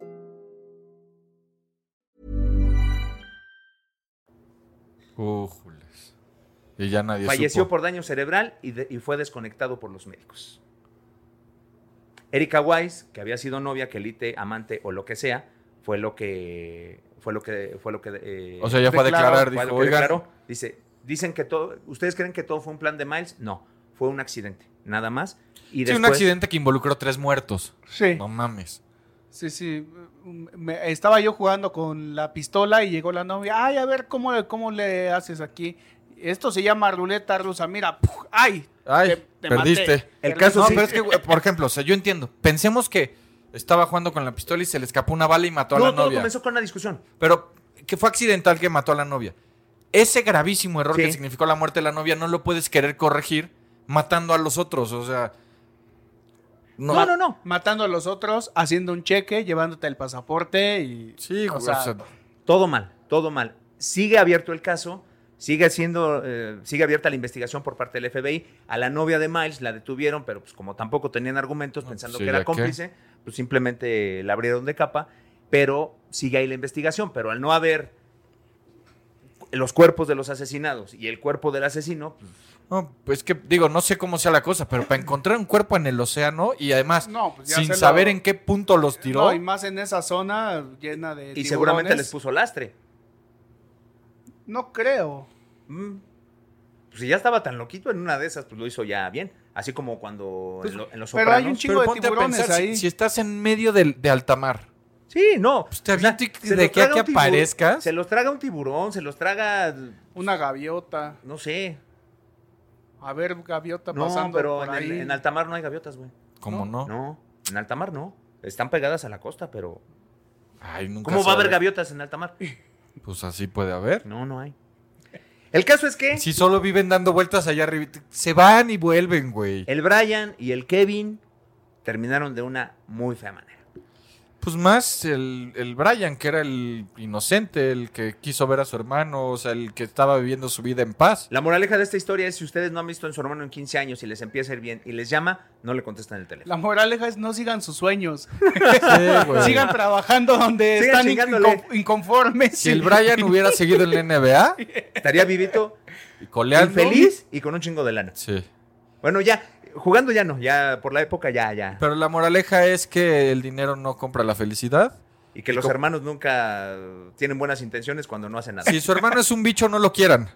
Speaker 3: Újules. Y ya nadie
Speaker 4: Falleció
Speaker 3: supo.
Speaker 4: por daño cerebral y, de- y fue desconectado por los médicos. Erika Wise, que había sido novia, quelite, amante o lo que sea, fue lo que fue lo que fue lo que eh,
Speaker 3: O sea, ya fue a
Speaker 4: declaró,
Speaker 3: declarar,
Speaker 4: fue a lo
Speaker 3: dijo,
Speaker 4: que
Speaker 3: "Oigan".
Speaker 4: declaró. dice, dicen que todo, ustedes creen que todo fue un plan de Miles? No, fue un accidente, nada más. Y
Speaker 3: Sí,
Speaker 4: después,
Speaker 3: un accidente que involucró tres muertos.
Speaker 1: Sí,
Speaker 3: No mames.
Speaker 1: sí, sí. Me- estaba yo jugando con la pistola y llegó la novia. Ay, a ver, ¿cómo, le- cómo le haces aquí? Esto se llama ruleta rusa. Mira, ¡puf! ¡ay!
Speaker 3: Ay,
Speaker 1: Te- te
Speaker 3: perdiste.
Speaker 1: maté.
Speaker 4: El caso
Speaker 3: No,
Speaker 4: sí.
Speaker 3: pero es que, güey, por ejemplo, o sea, yo entiendo. Pensemos que estaba jugando con la pistola y se le escapó una bala y mató a
Speaker 4: No,
Speaker 3: la
Speaker 4: todo
Speaker 3: novia.
Speaker 4: comenzó con una discusión.
Speaker 3: Pero que fue accidental que mató a la novia. Ese gravísimo error
Speaker 4: Sí.
Speaker 3: que significó la muerte de la novia no lo puedes querer corregir matando a los otros. O sea. No,
Speaker 4: No, no, no.
Speaker 1: Matando a los otros, haciendo un cheque, llevándote el pasaporte y...
Speaker 3: Sí,
Speaker 1: o
Speaker 3: güey,
Speaker 1: sea,
Speaker 3: o sea,
Speaker 4: Todo mal, todo mal. Sigue abierto el caso, sigue siendo, eh, sigue abierta la investigación por parte del FBI. A la novia de Miles la detuvieron, pero pues como tampoco tenían argumentos, pensando
Speaker 3: sí,
Speaker 4: que
Speaker 3: ¿ya
Speaker 4: era
Speaker 3: qué?
Speaker 4: cómplice, pues simplemente la abrieron de capa. Pero sigue ahí la investigación. Pero al no haber los cuerpos de los asesinados y el cuerpo del asesino, pues,
Speaker 3: No, pues que digo, no sé cómo sea la cosa, pero para encontrar un cuerpo en el océano y además
Speaker 1: No, pues ya
Speaker 3: sin
Speaker 1: se lo-
Speaker 3: saber en qué punto los tiró.
Speaker 1: No, y más en esa zona llena de...
Speaker 4: y seguramente
Speaker 1: tiburones.
Speaker 4: les puso lastre.
Speaker 1: No creo.
Speaker 4: Mm. pues, si ya estaba tan loquito en una de esas, pues lo hizo ya bien. Así como cuando en, lo- en los
Speaker 1: Pues, pero hay un
Speaker 4: Sopranos.
Speaker 1: chingo de tiburones
Speaker 3: si-
Speaker 1: ahí.
Speaker 3: Si, estás en medio del- de alta mar.
Speaker 4: Sí, no.
Speaker 3: Pues te
Speaker 4: O sea,
Speaker 3: aviento y de
Speaker 4: se los
Speaker 3: aquí a
Speaker 4: traga
Speaker 3: que
Speaker 4: un tiburón-
Speaker 3: aparezcas.
Speaker 4: Se los traga un tiburón, se los traga,
Speaker 1: Una gaviota.
Speaker 4: no sé.
Speaker 1: A ver, gaviota
Speaker 4: No,
Speaker 1: pasando
Speaker 4: pero
Speaker 1: por
Speaker 4: en, el-
Speaker 1: ahí.
Speaker 4: en alta mar no hay gaviotas, güey.
Speaker 3: ¿Cómo no?
Speaker 4: No, en alta mar no. Están pegadas a la costa, pero...
Speaker 3: Ay, nunca
Speaker 4: ¿Cómo va a
Speaker 3: sabe.
Speaker 4: haber gaviotas en alta mar?
Speaker 3: Pues así puede haber.
Speaker 4: No, no hay. El caso es
Speaker 1: ¿Eh?
Speaker 4: que
Speaker 3: Si solo viven dando vueltas allá arriba, se van y vuelven, güey.
Speaker 4: el Brian y el Kevin terminaron de una muy fea manera.
Speaker 3: Pues más el, el Brian, que era el inocente, el que quiso ver a su hermano, o sea, el que estaba viviendo su vida en paz.
Speaker 4: La moraleja de esta historia es si ustedes no han visto a su hermano en 15 años y les empieza a ir bien y les llama, no le contestan el teléfono.
Speaker 1: La moraleja es no sigan sus sueños.
Speaker 3: Sí, güey.
Speaker 1: Sigan trabajando donde
Speaker 4: Pues Sigan
Speaker 1: están
Speaker 4: chingándole.
Speaker 1: incon- inconformes.
Speaker 3: Si el Brian hubiera seguido en la NBA,
Speaker 4: Estaría vivito,
Speaker 3: y coleando.
Speaker 4: feliz y con un chingo de lana.
Speaker 3: Sí.
Speaker 4: Bueno, ya, jugando ya no, ya por la época ya, ya.
Speaker 3: Pero la moraleja es que el dinero no compra la felicidad.
Speaker 4: y que los hermanos nunca tienen buenas intenciones cuando no hacen nada.
Speaker 3: Si su hermano es un bicho, no lo quieran.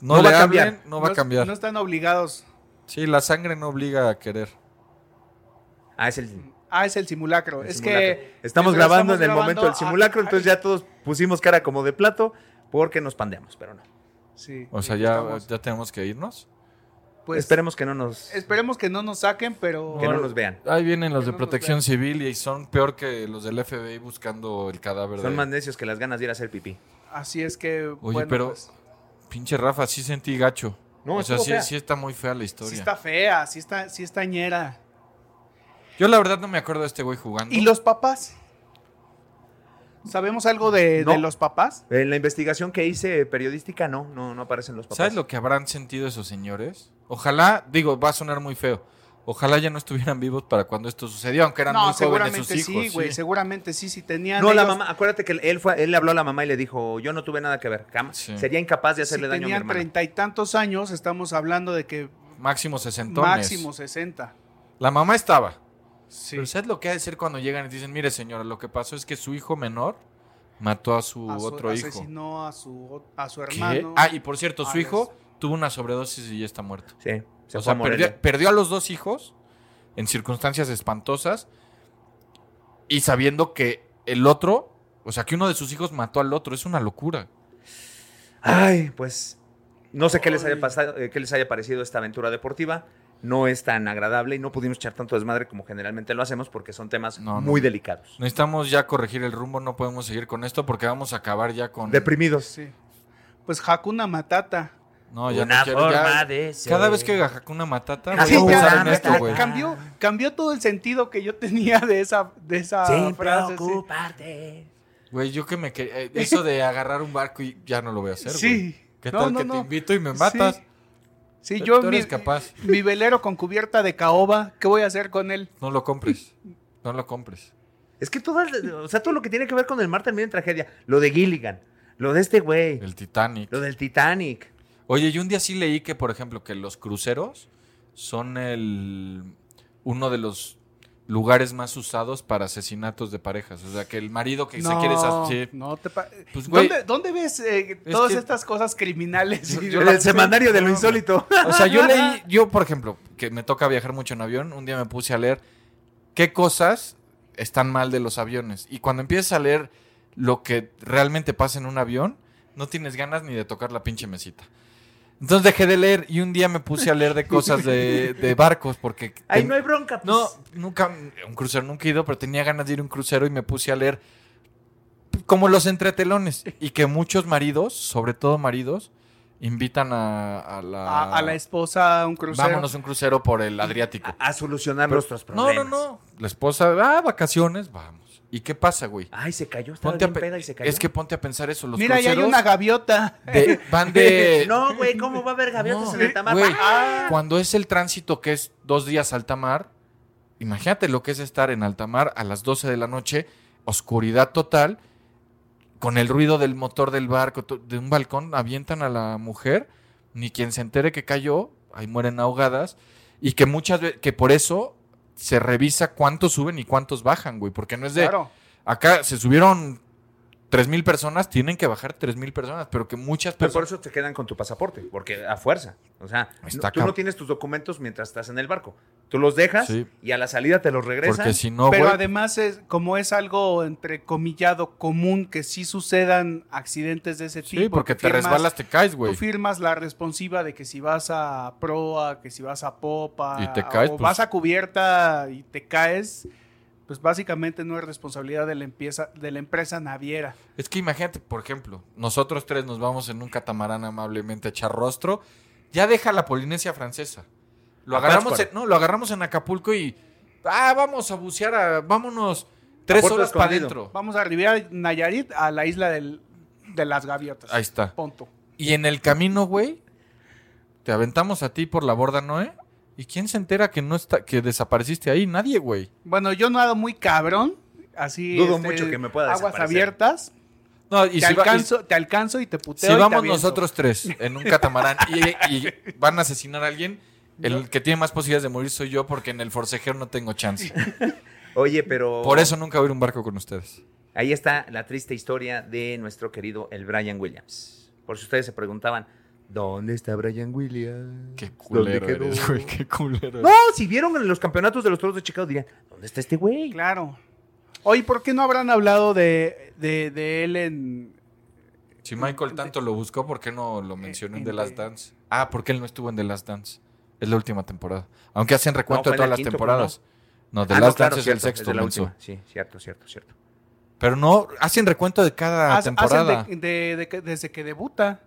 Speaker 3: No,
Speaker 4: No
Speaker 3: le
Speaker 4: va a
Speaker 3: hablen,
Speaker 4: cambiar.
Speaker 3: no va a
Speaker 1: No-
Speaker 3: cambiar.
Speaker 1: No están obligados.
Speaker 3: Sí, la sangre no obliga a querer.
Speaker 4: Ah, es el,
Speaker 1: Ah, es el simulacro.
Speaker 4: el
Speaker 1: es
Speaker 4: simulacro.
Speaker 1: que.
Speaker 4: estamos
Speaker 1: mientras
Speaker 4: grabando
Speaker 1: estamos
Speaker 4: en el momento del
Speaker 1: grabando,
Speaker 4: simulacro,
Speaker 1: ah,
Speaker 4: entonces
Speaker 1: ah,
Speaker 4: ya todos pusimos cara como de plato porque nos pandeamos, pero no.
Speaker 1: sí,
Speaker 3: O
Speaker 1: sí,
Speaker 3: sea, ya, eh,
Speaker 1: estamos-
Speaker 3: ya tenemos que irnos.
Speaker 1: pues,
Speaker 4: Esperemos que no nos
Speaker 1: esperemos que no nos saquen, pero.
Speaker 4: que no nos vean.
Speaker 3: Ahí vienen los
Speaker 1: Que
Speaker 3: de
Speaker 1: no nos
Speaker 3: protección
Speaker 1: vean.
Speaker 3: civil y son peor que los del FBI buscando el cadáver
Speaker 4: Son
Speaker 3: de-
Speaker 4: más necios que las ganas de ir a hacer pipí.
Speaker 1: Así es que.
Speaker 3: Oye,
Speaker 1: bueno,
Speaker 3: pero
Speaker 1: pues,
Speaker 3: pinche Rafa, sí sentí gacho.
Speaker 4: No,
Speaker 3: o sea,
Speaker 4: estuvo
Speaker 3: sí,
Speaker 4: fea.
Speaker 3: sí está muy fea la
Speaker 1: sí
Speaker 3: historia.
Speaker 1: está fea, sí está, sí está ñera.
Speaker 3: Yo la verdad no me acuerdo de este güey jugando.
Speaker 1: ¿Y los papás? ¿Sabemos algo de,
Speaker 4: No.
Speaker 1: de los papás?
Speaker 4: En la investigación que hice periodística, no, no, no aparecen los papás.
Speaker 3: ¿Sabes lo que habrán sentido esos señores? Ojalá, digo, va a sonar muy feo. Ojalá ya no estuvieran vivos para cuando esto sucedió, aunque eran muy
Speaker 1: No,
Speaker 3: jóvenes
Speaker 1: seguramente
Speaker 3: sus hijos.
Speaker 1: sí, güey.
Speaker 3: sí.
Speaker 1: Seguramente sí, si tenían.
Speaker 4: No, la
Speaker 1: ellos-
Speaker 4: mamá, acuérdate que él fue, él le habló a la mamá y le dijo, yo no tuve nada que ver, jamás.
Speaker 3: Sí.
Speaker 4: Sería incapaz de hacerle
Speaker 1: si
Speaker 4: daño a mi
Speaker 1: tenían
Speaker 4: hermana.
Speaker 1: treinta y tantos años, estamos hablando de que
Speaker 3: Máximo sesentones.
Speaker 1: máximo 60.
Speaker 3: La mamá estaba.
Speaker 1: Sí.
Speaker 3: Pero ¿sabes lo que ha de ser cuando llegan y dicen, mire señora, lo que pasó es que su hijo menor mató a su,
Speaker 1: A su-
Speaker 3: otro hijo?
Speaker 1: asesinó a su, a su
Speaker 3: ¿Qué?
Speaker 1: hermano.
Speaker 3: Ah, y por cierto, su
Speaker 1: a
Speaker 3: hijo tuvo una sobredosis y ya está muerto.
Speaker 4: Sí, se
Speaker 3: o
Speaker 4: fue a
Speaker 3: sea,
Speaker 4: Morelia.
Speaker 3: perdió, perdió a los dos hijos en circunstancias espantosas y sabiendo que el otro, o sea, que uno de sus hijos mató al otro, es una locura.
Speaker 4: Ay, pues no sé qué les, haya pasado, eh, qué les haya parecido esta aventura deportiva. No es tan agradable y no pudimos echar tanto desmadre como generalmente lo hacemos porque son temas
Speaker 3: No, no.
Speaker 4: muy delicados.
Speaker 3: Necesitamos ya corregir el rumbo, no podemos seguir con esto porque vamos a acabar ya con...
Speaker 4: Deprimidos.
Speaker 1: Sí. Pues Hakuna Matata.
Speaker 3: No, ya
Speaker 4: Una
Speaker 3: no quiero, ya-
Speaker 4: forma de ser.
Speaker 3: Cada vez que haga Hakuna Matata,
Speaker 1: Ah,
Speaker 3: voy
Speaker 4: Así
Speaker 3: a
Speaker 4: ya,
Speaker 3: pensar en
Speaker 4: ya,
Speaker 3: esto,
Speaker 4: ya,
Speaker 3: güey.
Speaker 1: Cambió, cambió todo el sentido que yo tenía de esa, de esa
Speaker 4: Sin
Speaker 1: Ah, frase. sí.
Speaker 4: preocuparte.
Speaker 3: Güey, yo que me quería... eh, Eso de agarrar un barco y ya no lo voy a hacer,
Speaker 1: Sí.
Speaker 3: güey. ¿Qué
Speaker 1: No,
Speaker 3: tal
Speaker 1: no,
Speaker 3: que
Speaker 1: no.
Speaker 3: te invito y me
Speaker 1: Sí.
Speaker 3: matas?
Speaker 1: Sí,
Speaker 3: Tú-
Speaker 1: yo
Speaker 3: tú
Speaker 1: mi,
Speaker 3: eres capaz.
Speaker 1: mi velero con cubierta de caoba, ¿qué voy a hacer con él?
Speaker 3: No lo compres. No lo compres.
Speaker 4: Es que todas, o sea, todo lo que tiene que ver con el mar termina en tragedia. Lo de Gilligan, lo de este güey,
Speaker 3: El Titanic.
Speaker 4: lo del Titanic.
Speaker 3: Oye, yo un día sí leí que, por ejemplo, que los cruceros son el uno de los lugares más usados para asesinatos de parejas. O sea, que el marido que se quiere
Speaker 1: No,
Speaker 3: asesinar.
Speaker 1: no te pa-
Speaker 3: Pues, güey.
Speaker 1: ¿Dónde, dónde ves eh, todas
Speaker 3: que-
Speaker 1: estas cosas criminales?
Speaker 3: Yo-
Speaker 1: Y-
Speaker 3: yo
Speaker 4: el
Speaker 3: la-
Speaker 4: semanario de lo insólito.
Speaker 3: O sea, yo leí, yo, por ejemplo, que me toca viajar mucho en avión, un día me puse a leer qué cosas están mal de los aviones. Y cuando empiezas a leer lo que realmente pasa en un avión, no tienes ganas ni de tocar la pinche mesita. Entonces dejé de leer y un día me puse a leer de cosas de, de barcos porque...
Speaker 4: Ahí
Speaker 3: ten-
Speaker 4: no hay bronca. pues.
Speaker 3: No, nunca, un crucero nunca he ido, pero tenía ganas de ir a un crucero y me puse a leer como los entretelones. Y que muchos maridos, sobre todo maridos, invitan a, a la...
Speaker 1: a, a la esposa a un crucero.
Speaker 3: Ah. Vámonos a un crucero por el Adriático.
Speaker 4: A, a solucionar Ah, nuestros
Speaker 3: no,
Speaker 4: problemas.
Speaker 3: no, no. La esposa, ah, vacaciones, vamos. ¿Y qué pasa, güey?
Speaker 4: Ay, se cayó, estaba
Speaker 3: Ponte a
Speaker 4: bien
Speaker 3: pe-
Speaker 4: peda y se cayó.
Speaker 3: es que ponte a pensar eso. Los
Speaker 1: Mira, ya hay
Speaker 3: cruceros
Speaker 1: una gaviota.
Speaker 3: de- van de...
Speaker 4: No, güey, ¿cómo va a haber gaviotas
Speaker 3: No,
Speaker 4: en el tamar?
Speaker 3: güey,
Speaker 4: Ah,
Speaker 3: Cuando es el tránsito que es dos días alta mar, imagínate lo que es estar en alta mar a las 12 de la noche, oscuridad total, con el ruido del motor del barco, to- de un balcón, avientan a la mujer, ni quien se entere que cayó, ahí mueren ahogadas, y que muchas veces, que por eso se revisa cuántos suben y cuántos bajan, güey, porque no es de,
Speaker 1: Claro.
Speaker 3: acá se subieron 3.000 personas, tienen que bajar 3.000 personas, pero que muchas
Speaker 4: Pero por
Speaker 3: personas...
Speaker 4: eso te quedan con tu pasaporte, porque a fuerza. O sea,
Speaker 3: Está
Speaker 4: no- tú
Speaker 3: cab-
Speaker 4: no tienes tus documentos mientras estás en el barco. Tú los dejas
Speaker 3: Sí.
Speaker 4: y a la salida te los regresan.
Speaker 3: Porque si no,
Speaker 1: Pero
Speaker 3: güey,
Speaker 1: además, es, como es algo entre comillado común que sí sucedan accidentes de ese tipo.
Speaker 3: Sí, porque
Speaker 1: que
Speaker 3: te
Speaker 1: firmas-
Speaker 3: resbalas, te caes,
Speaker 1: Tú
Speaker 3: güey.
Speaker 1: firmas la responsiva de que si vas a proa, que si vas a popa,
Speaker 3: Y te caes,
Speaker 1: o
Speaker 3: pues.
Speaker 1: vas a cubierta y te caes, pues básicamente no es responsabilidad de la, empieza, de la empresa naviera.
Speaker 3: Es que imagínate, por ejemplo, nosotros tres nos vamos en un catamarán amablemente a echar rostro. Ya deja la Polinesia francesa. Lo
Speaker 4: A
Speaker 3: agarramos, en,
Speaker 4: Pátzcuaro.
Speaker 3: no, lo agarramos en Acapulco y. Ah, vamos a bucear, a- vámonos tres
Speaker 4: Puerto
Speaker 3: horas para
Speaker 4: Escondido.
Speaker 3: adentro.
Speaker 1: Vamos a Riviera Nayarit a la isla del- de las gaviotas.
Speaker 3: Ahí está.
Speaker 1: Punto.
Speaker 3: Y en el camino, güey, te aventamos a ti por la borda, Noé. ¿Y quién se entera que no está, que desapareciste ahí? Nadie, güey.
Speaker 1: Bueno, yo nado muy cabrón. Así. este,
Speaker 4: Dudo mucho que me pueda
Speaker 1: Aguas
Speaker 4: desaparecer.
Speaker 1: abiertas.
Speaker 3: No,
Speaker 1: te,
Speaker 3: y si, va- y-
Speaker 1: alcanzo, te alcanzo y te
Speaker 3: si
Speaker 1: puteo. y te
Speaker 3: vamos
Speaker 1: aviento.
Speaker 3: nosotros tres en un catamarán y, y van a asesinar a alguien, el que tiene más posibilidades de morir soy yo porque en el forcejeo no tengo chance.
Speaker 4: Oye, pero.
Speaker 3: Por eso nunca voy a ir a un barco con ustedes.
Speaker 4: Ahí está la triste historia de nuestro querido el Brian Williams. Por si ustedes se preguntaban, ¿dónde está Brian Williams?
Speaker 3: Qué
Speaker 4: ¿Dónde
Speaker 3: culero
Speaker 4: quedó?"
Speaker 3: eres, güey. Qué culero.
Speaker 4: No, si vieron en los campeonatos de los toros de Chicago, dirían, ¿dónde está este güey?
Speaker 1: Claro. Oye, ¿por qué no habrán hablado de, de, de él en,
Speaker 3: Si Michael tanto lo buscó, ¿por qué no lo mencionó en
Speaker 1: en
Speaker 4: Eh,
Speaker 3: The Last
Speaker 1: The-
Speaker 3: Dance? Ah, porque él no estuvo en The Last Dance. Es la última temporada. Aunque hacen recuento
Speaker 4: No,
Speaker 3: de
Speaker 4: fue
Speaker 3: todas
Speaker 4: la
Speaker 3: las
Speaker 4: quinto,
Speaker 3: temporadas. No, The
Speaker 4: Ah, no,
Speaker 3: Last
Speaker 4: claro,
Speaker 3: Dance es
Speaker 4: cierto,
Speaker 3: el sexto,
Speaker 4: de la
Speaker 3: menso.
Speaker 4: última. Sí, cierto, cierto, cierto.
Speaker 3: Pero no, hacen recuento de cada
Speaker 1: Hace- hacen
Speaker 3: Ah, temporada.
Speaker 1: de- de- de que- desde que debuta.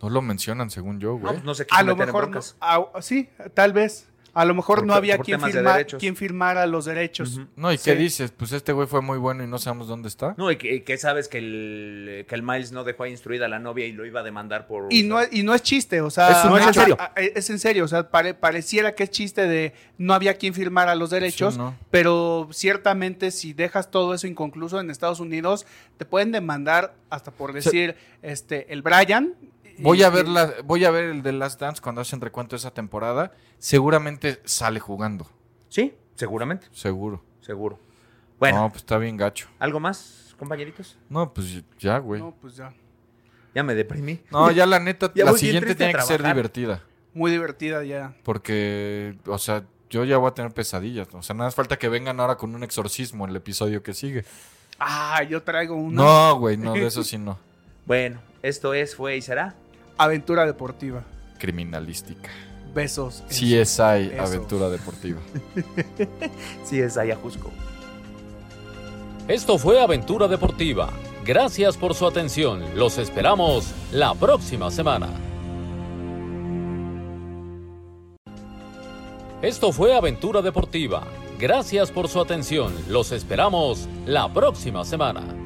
Speaker 3: No lo mencionan, según yo,
Speaker 4: No,
Speaker 3: güey.
Speaker 4: pues no sé
Speaker 1: A lo mejor, no- a- sí, tal vez. A lo mejor
Speaker 4: Por
Speaker 1: no
Speaker 4: te-
Speaker 1: había
Speaker 4: por
Speaker 1: quien,
Speaker 4: temas de
Speaker 1: firma-
Speaker 4: derechos.
Speaker 1: quien firmara los derechos.
Speaker 3: No, ¿y
Speaker 1: Sí.
Speaker 3: qué dices? Pues este güey fue muy bueno y no sabemos dónde está.
Speaker 4: No, y que, y que sabes que el, que el Miles no dejó ahí instruida a la novia y lo iba a demandar por...
Speaker 1: Y no, y no es chiste, o sea,
Speaker 3: Es un
Speaker 1: a-
Speaker 3: hecho.
Speaker 1: a- a- es en serio, o sea, pare- pareciera que es chiste de no había quien firmara los derechos,
Speaker 3: Sí, no.
Speaker 1: pero ciertamente si dejas todo eso inconcluso en Estados Unidos, te pueden demandar hasta por decir, este, el Brian. y-
Speaker 3: Voy a ver
Speaker 1: y-
Speaker 3: la, voy a ver el The Last Dance cuando hacen recuento de esa temporada. Seguramente sale jugando,
Speaker 4: Sí, seguramente,
Speaker 3: seguro.
Speaker 4: seguro. Bueno,
Speaker 3: No, pues está bien gacho.
Speaker 4: ¿algo más, compañeritos?
Speaker 3: No, pues ya, güey.
Speaker 1: No,
Speaker 3: No,
Speaker 1: pues ya.
Speaker 4: Ya me deprimí.
Speaker 3: ya la neta,
Speaker 4: Ya
Speaker 3: la
Speaker 4: voy bien
Speaker 3: siguiente
Speaker 4: triste a
Speaker 3: tiene que ser
Speaker 4: trabajar.
Speaker 3: divertida.
Speaker 1: Muy divertida ya.
Speaker 3: Porque, o sea, yo ya voy a tener pesadillas. O sea, nada más falta que vengan ahora con un exorcismo en el episodio que sigue.
Speaker 1: Ah, yo traigo una
Speaker 3: No, güey, no, de eso sí no.
Speaker 4: Bueno, esto es, fue y será.
Speaker 1: aventura deportiva.
Speaker 3: Criminalística.
Speaker 1: Besos. en
Speaker 3: CSI
Speaker 1: Eso.
Speaker 3: Aventura Deportiva.
Speaker 4: Sí, es Ayajusco.
Speaker 6: Esto fue Aventura Deportiva. Gracias por su atención. Los esperamos la próxima semana. Esto fue Aventura Deportiva. Gracias por su atención. Los esperamos la próxima semana.